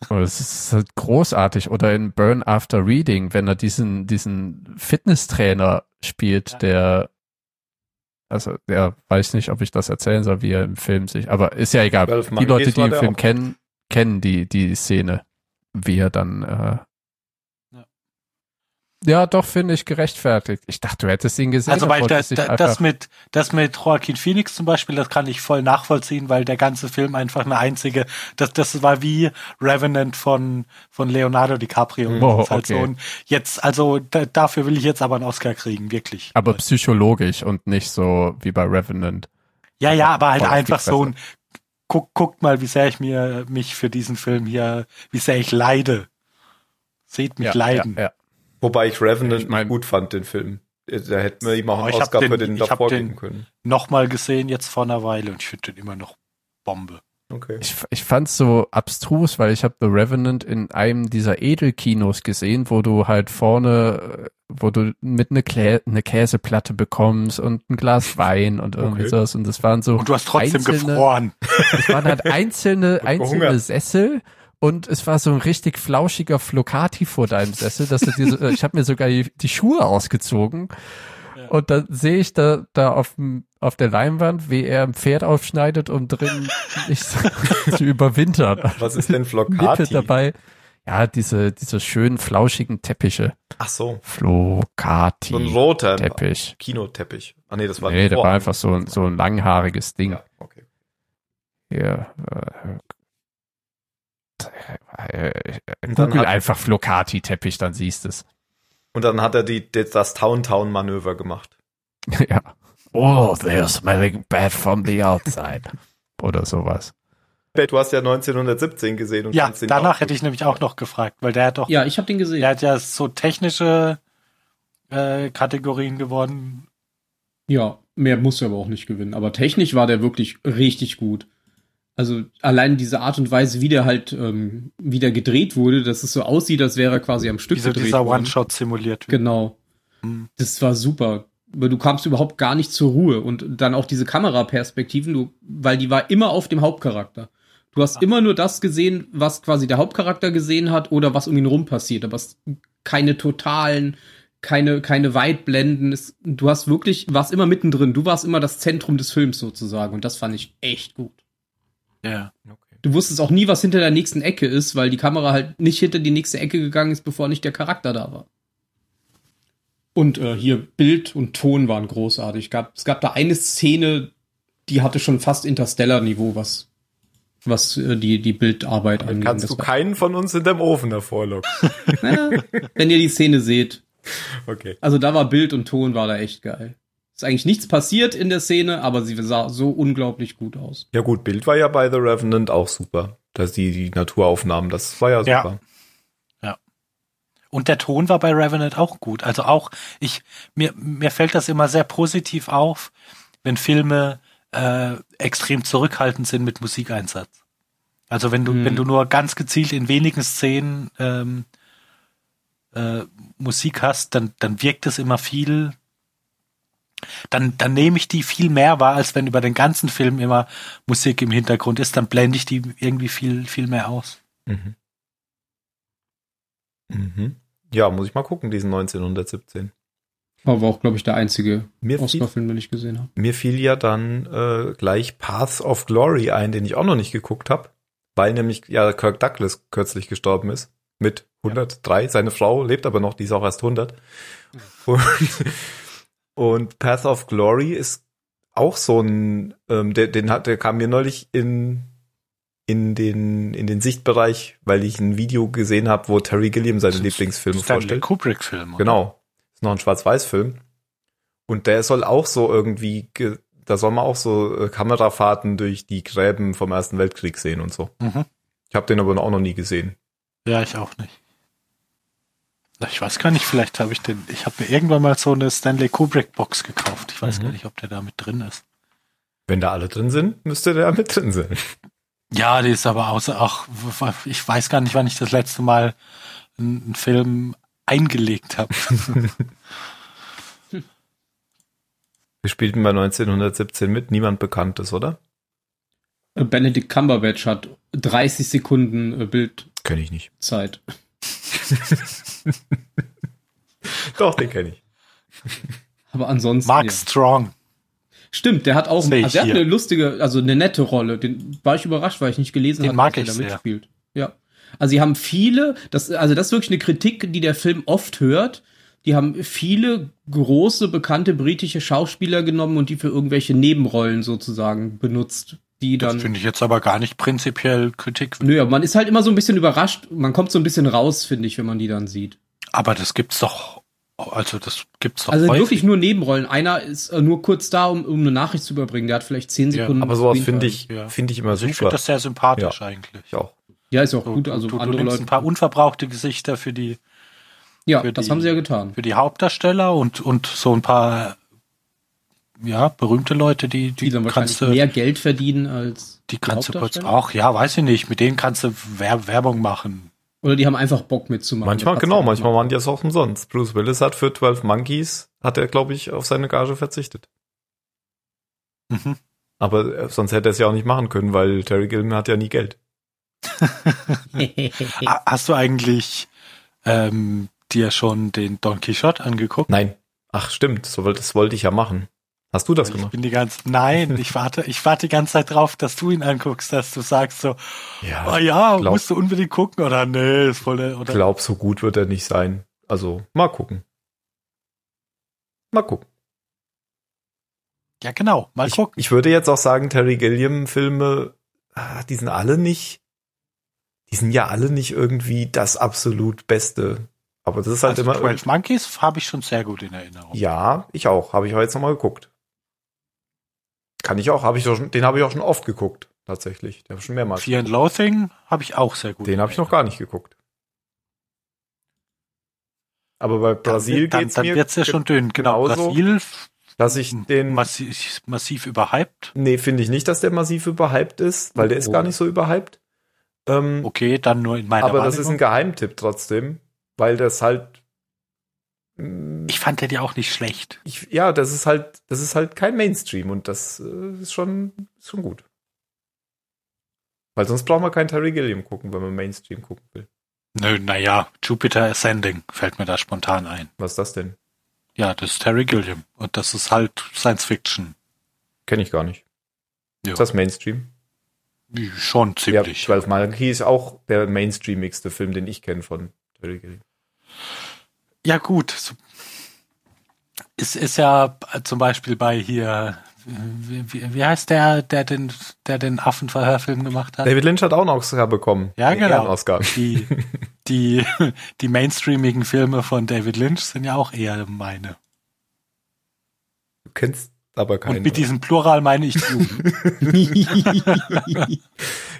Und es ist halt großartig. Oder in Burn After Reading, wenn er diesen, diesen Fitnesstrainer spielt,
Ja.
der also, der weiß nicht, ob ich das erzählen soll, wie er im Film sich, aber ist ja egal.
Ralph
die
Macchio
Leute, die
war
den
der
Film
auch.
kennen, kennen die, die Szene, wie er dann. Äh,
Ja.
ja. doch, finde ich gerechtfertigt. Ich dachte, du hättest ihn gesehen.
Also
er
weil
wollte
da,
sich
da, das
einfach-
mit das mit Joaquin Phoenix zum Beispiel, das kann ich voll nachvollziehen, weil der ganze Film einfach eine einzige, das das war wie Revenant von von Leonardo DiCaprio.
Mhm.
Oh,
Das ist halt
okay.
so ein, jetzt also da, dafür will ich jetzt aber einen Oscar kriegen, wirklich.
aber psychologisch und nicht so wie bei Revenant.
ja, ja, aber halt
voll auf die
einfach so
Fresse.
ein guck, guckt mal, wie sehr ich mir mich für diesen Film hier, wie sehr ich leide. Seht mich
Ja,
leiden.
Ja, ja.
Wobei ich Revenant
Ich mein-
gut fand, den Film. Äh, Da hätten wir ihm auch
Oh,
einen
ich hab
Oscar
den-
für den
ich hab
davor
den-
geben können.
Nochmal gesehen jetzt vor einer Weile und ich finde den immer noch Bombe.
Okay.
Ich, ich fand's so abstrus, weil ich habe The Revenant in einem dieser Edelkinos gesehen, wo du halt vorne, äh, wo du mit eine, Klä eine Käseplatte bekommst und ein
[LAUGHS]
Glas Wein und irgendwie
Okay.
sowas. Und das waren so,
Und du hast trotzdem
einzelne-
gefroren.
es waren
[LAUGHS]
halt einzelne, einzelne
gehungert.
Sessel und es war so ein richtig flauschiger Flocati vor deinem Sessel, dass du dir so, äh, ich habe mir sogar die, die Schuhe ausgezogen.
Ja.
Und dann sehe ich da, da auf, dem- auf der Leinwand, wie er ein Pferd aufschneidet, um
[LAUGHS]
drin nicht [LAUGHS] zu überwintern.
Was ist denn
[LAUGHS] Nippel
Flocati?
dabei. Ja, diese, diese schönen, flauschigen Teppiche.
Ach so, so ein
Flocati.
roter
Teppich.
Kinoteppich. Ah nee, das war
Nee, der
davor.
war einfach so ein, so ein langhaariges Ding.
Ja, okay.
Hier, äh, äh,
Und dann
Google
hat,
einfach Flocati-Teppich, dann siehst du es.
und dann hat er die, das Downtown-Manöver gemacht.
[LAUGHS] ja. Oh, they're smelling bad from the outside. Oder sowas.
Bett, du hast ja 1917 gesehen und
Ja,
kannst den
danach
auch-
hätte ich nämlich auch noch gefragt, weil der hat doch,
Ja, ich habe den gesehen.
der hat ja so technische äh, Kategorien gewonnen.
Ja, mehr muss er aber auch nicht gewinnen. Aber technisch war der wirklich richtig gut. Also allein diese Art und Weise, wie der halt ähm, wieder gedreht wurde, dass es so aussieht, als wäre er quasi am Stück
Wie so
gedreht
dieser
worden.
One-Shot simuliert wird.
Genau.
Hm.
Das war super. Weil du kamst überhaupt gar nicht zur Ruhe. Und dann auch diese Kameraperspektiven, du, weil die war immer auf dem Hauptcharakter. Du hast immer nur das gesehen, was quasi der Hauptcharakter gesehen hat oder was um ihn rum passiert. Aber es keine totalen, keine, keine Weitblenden. Es, du hast wirklich, warst immer mittendrin. Du warst immer das Zentrum des Films sozusagen. Und das fand ich echt gut.
Ja.
Du wusstest auch nie, was hinter der nächsten Ecke ist, weil die Kamera halt nicht hinter die nächste Ecke gegangen ist, bevor nicht der Charakter da war. Und äh, hier Bild und Ton waren großartig. Gab, es gab da eine Szene, die hatte schon fast Interstellar-Niveau, was, was äh, die, die Bildarbeit
Mhm,
angeht.
Kannst
Das
du
war-
keinen von uns hinterm Ofen hervorlocken.
Na, [LAUGHS] wenn ihr die Szene seht.
Okay.
Also da war Bild und Ton war da echt geil. Ist eigentlich nichts passiert in der Szene, aber sie sah so unglaublich gut aus.
Ja gut, Bild war ja bei The Revenant auch super. Dass die, die Naturaufnahmen, das war ja
Ja.
super.
Und der Ton war bei Revenant auch gut. Also auch, ich, mir, mir fällt das immer sehr positiv auf, wenn Filme äh, extrem zurückhaltend sind mit Musikeinsatz. Also wenn du,
Hm.
wenn du nur ganz gezielt in wenigen Szenen ähm, äh, Musik hast, dann, dann wirkt es immer viel. Dann, dann nehme ich die viel mehr wahr, als wenn über den ganzen Film immer Musik im Hintergrund ist, dann blende ich die irgendwie viel, viel mehr aus.
Mhm. Mhm. Ja, muss ich mal gucken, diesen 1917.
Aber war auch, glaube ich, der einzige
Mir fiel,
Oscar-Film, den ich gesehen habe.
mir fiel ja dann äh, gleich Path of Glory ein, den ich auch noch nicht geguckt habe, weil nämlich ja Kirk Douglas kürzlich gestorben ist mit 103. Seine Frau lebt aber noch, die ist auch erst 100. Und, und Path of Glory ist auch so ein, ähm, der, den hat, der kam mir neulich in in den in den Sichtbereich, weil ich ein Video gesehen habe, wo Terry Gilliam seine Lieblingsfilme
Stanley
vorstellt.
Kubrick-Film. oder?
Genau. Ist noch ein Schwarz-Weiß-Film. Und der soll auch so irgendwie, ge- da soll man auch so äh, Kamerafahrten durch die Gräben vom Ersten Weltkrieg sehen und so.
Mhm.
Ich habe den aber auch noch nie gesehen.
Ja, ich auch nicht. Na, Ich weiß gar nicht, vielleicht habe ich den. Ich habe mir irgendwann mal so eine Stanley Kubrick Box gekauft. Ich weiß
Mhm.
gar nicht, ob der da mit drin ist.
Wenn da alle drin sind, müsste der mit drin sein.
Ja, die ist aber außer. Ach, w- w- ich weiß gar nicht, wann ich das letzte Mal einen einen Film
[LAUGHS]
eingelegt habe.
Wir spielten bei 1917 mit, niemand Bekanntes, oder?
Äh, Benedict Cumberbatch hat 30 Sekunden äh, Bildzeit.
Kenne ich nicht. Doch, den kenne ich.
Aber ansonsten.
Mark
Ja.
Strong.
Stimmt, der hat auch
Seh ich
ah, der hat
hier.
eine lustige, also eine nette Rolle. Den war ich überrascht, weil ich nicht gelesen
Den
hatte,
mag
dass er
ich
da
sehr.
mitspielt. Ja. Also sie haben viele, das, also das ist wirklich eine Kritik, die der Film oft hört. Die haben viele große, bekannte britische Schauspieler genommen und die für irgendwelche Nebenrollen sozusagen benutzt, die
Das
dann
finde ich jetzt aber gar nicht prinzipiell Kritik.
Nö, aber man ist halt immer so ein bisschen überrascht. Man kommt so ein bisschen raus, finde ich, wenn man die dann sieht.
Aber das gibt's doch. Also das gibt's doch.
also
häufig.
wirklich nur Nebenrollen. Einer ist äh, nur kurz da, um, um eine Nachricht zu überbringen. Der hat vielleicht zehn
Ja,
Sekunden.
Aber sowas
Screentime.
finde ich,
Ja. Also
finde ich immer
Ich finde
super.
das sehr sympathisch eigentlich.
Ich auch.
Ja, ist auch
So,
gut. Also
du, du
andere
nimmst
Leute.
ein paar unverbrauchte Gesichter für die
ja,
für
das
die-
haben sie ja getan.
für die Hauptdarsteller und, und so ein paar ja, berühmte Leute, die, die,
Die dann wahrscheinlich
kannst du,
mehr Geld verdienen als
die kannst du kurz
Hauptdarsteller?
auch, ja, weiß ich nicht, mit denen kannst du Wer Werbung machen.
oder die haben einfach Bock mitzumachen.
Manchmal,
Das hat's
genau,
auch
manchmal
gemacht.
waren die das auch umsonst. Bruce Willis hat für 12 Monkeys, hat er, glaube ich, auf seine Gage verzichtet.
Mhm.
Aber äh, sonst hätte er es ja auch nicht machen können, weil Terry Gilliam hat ja nie Geld.
[LAUGHS]
[LAUGHS] Ha- Hast du eigentlich ähm, dir schon den Don Quixote angeguckt?
Nein. Ach stimmt, so, woll- das wollte ich ja machen. Hast du das genau.
ich
gemacht?
bin die ganze,
[LAUGHS]
nein, ich warte, ich warte die ganze Zeit drauf, dass du ihn anguckst, dass du sagst so, oh
Ja.
ja,
glaub-
musst du unbedingt gucken oder nee, ist voll, der-
Ich
oder
glaube, so gut wird er nicht sein. Also, mal gucken. Mal gucken.
ja genau, mal
Ich,
gucken.
ich würde jetzt auch sagen, Terry Gilliam-Filme, ah, die sind alle nicht, die sind ja alle nicht irgendwie das absolut Beste. Aber das ist halt immer.
12 Also Monkeys habe ich schon sehr gut in Erinnerung.
Ja, ich auch. Habe ich auch jetzt nochmal geguckt. Kann ich auch. Habe ich doch schon, den habe ich auch schon oft geguckt. Tatsächlich. Den habe ich schon mehrmals.
Fear and Loathing habe ich auch sehr gut.
Den habe ich noch gar nicht geguckt. Aber bei Brasil
dann,
geht's
dann
mir,
wird's ja schon hm. dünn. Genau,
genauso.
Brasil
dass ich den.
massiv, massiv überhyped.
Nee, finde ich nicht, dass der massiv überhyped ist, weil der ist
Oh.
gar nicht so überhyped. Ähm,
Okay, dann nur in meiner
aber das ist ein
Wahrnehmung.
Geheimtipp trotzdem, weil das halt. mm,
Ich fand den ja auch nicht schlecht.
Ich, ja, das ist halt, das ist halt kein Mainstream und das äh, ist schon, ist schon gut. Weil sonst braucht man keinen Terry Gilliam gucken, wenn man Mainstream gucken will.
Nö, naja, Jupiter Ascending fällt mir da spontan ein.
Was ist das denn?
Ja, das ist Terry Gilliam. Und das ist halt Science Fiction.
Kenne ich gar nicht.
Ja.
Ist das Mainstream?
Schon
Ja,
ziemlich.
12 Monkey ist auch der mainstreamigste Film, den ich kenne von Terry Gilliam.
Ja, gut. So- Es ist ja äh, zum Beispiel bei hier, äh, wie, wie- wie heißt der, der den, der den Affenverhörfilm gemacht hat?
David Lynch hat auch einen Oscar bekommen.
Ja,
Einen
genau.
Ehrenausgabe.
Die, die, die mainstreamigen Filme von David Lynch sind ja auch eher meine.
Du kennst aber keinen.
Und mit diesem Plural meine ich Juden.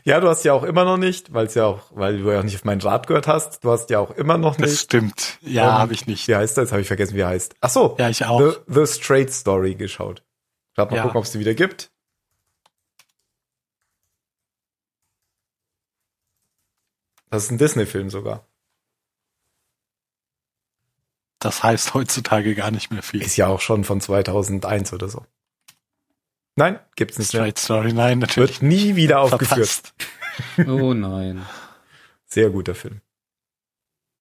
Ja, du hast ja auch immer noch nicht, weil es ja auch, weil du ja auch nicht auf meinen Rat gehört hast. Du hast ja auch immer noch
[LAUGHS] Das
nicht.
stimmt. Ja, Ne.
Ähm,
habe ich nicht.
Wie heißt er? Jetzt habe ich vergessen, wie er heißt. Ach so,
Ja, ich auch.
The, The Straight Story geschaut. Gerade mal
Ja.
gucken, ob es die wieder gibt. Das ist ein Disney-Film sogar.
Das heißt heutzutage gar nicht mehr viel.
Ist ja auch schon von 2001 oder so. Nein, gibt's nicht mehr.
Straight Story, nein, natürlich. Ah.
Wird nie wieder aufgeführt.
Verpasst.
Oh nein.
Sehr guter Film.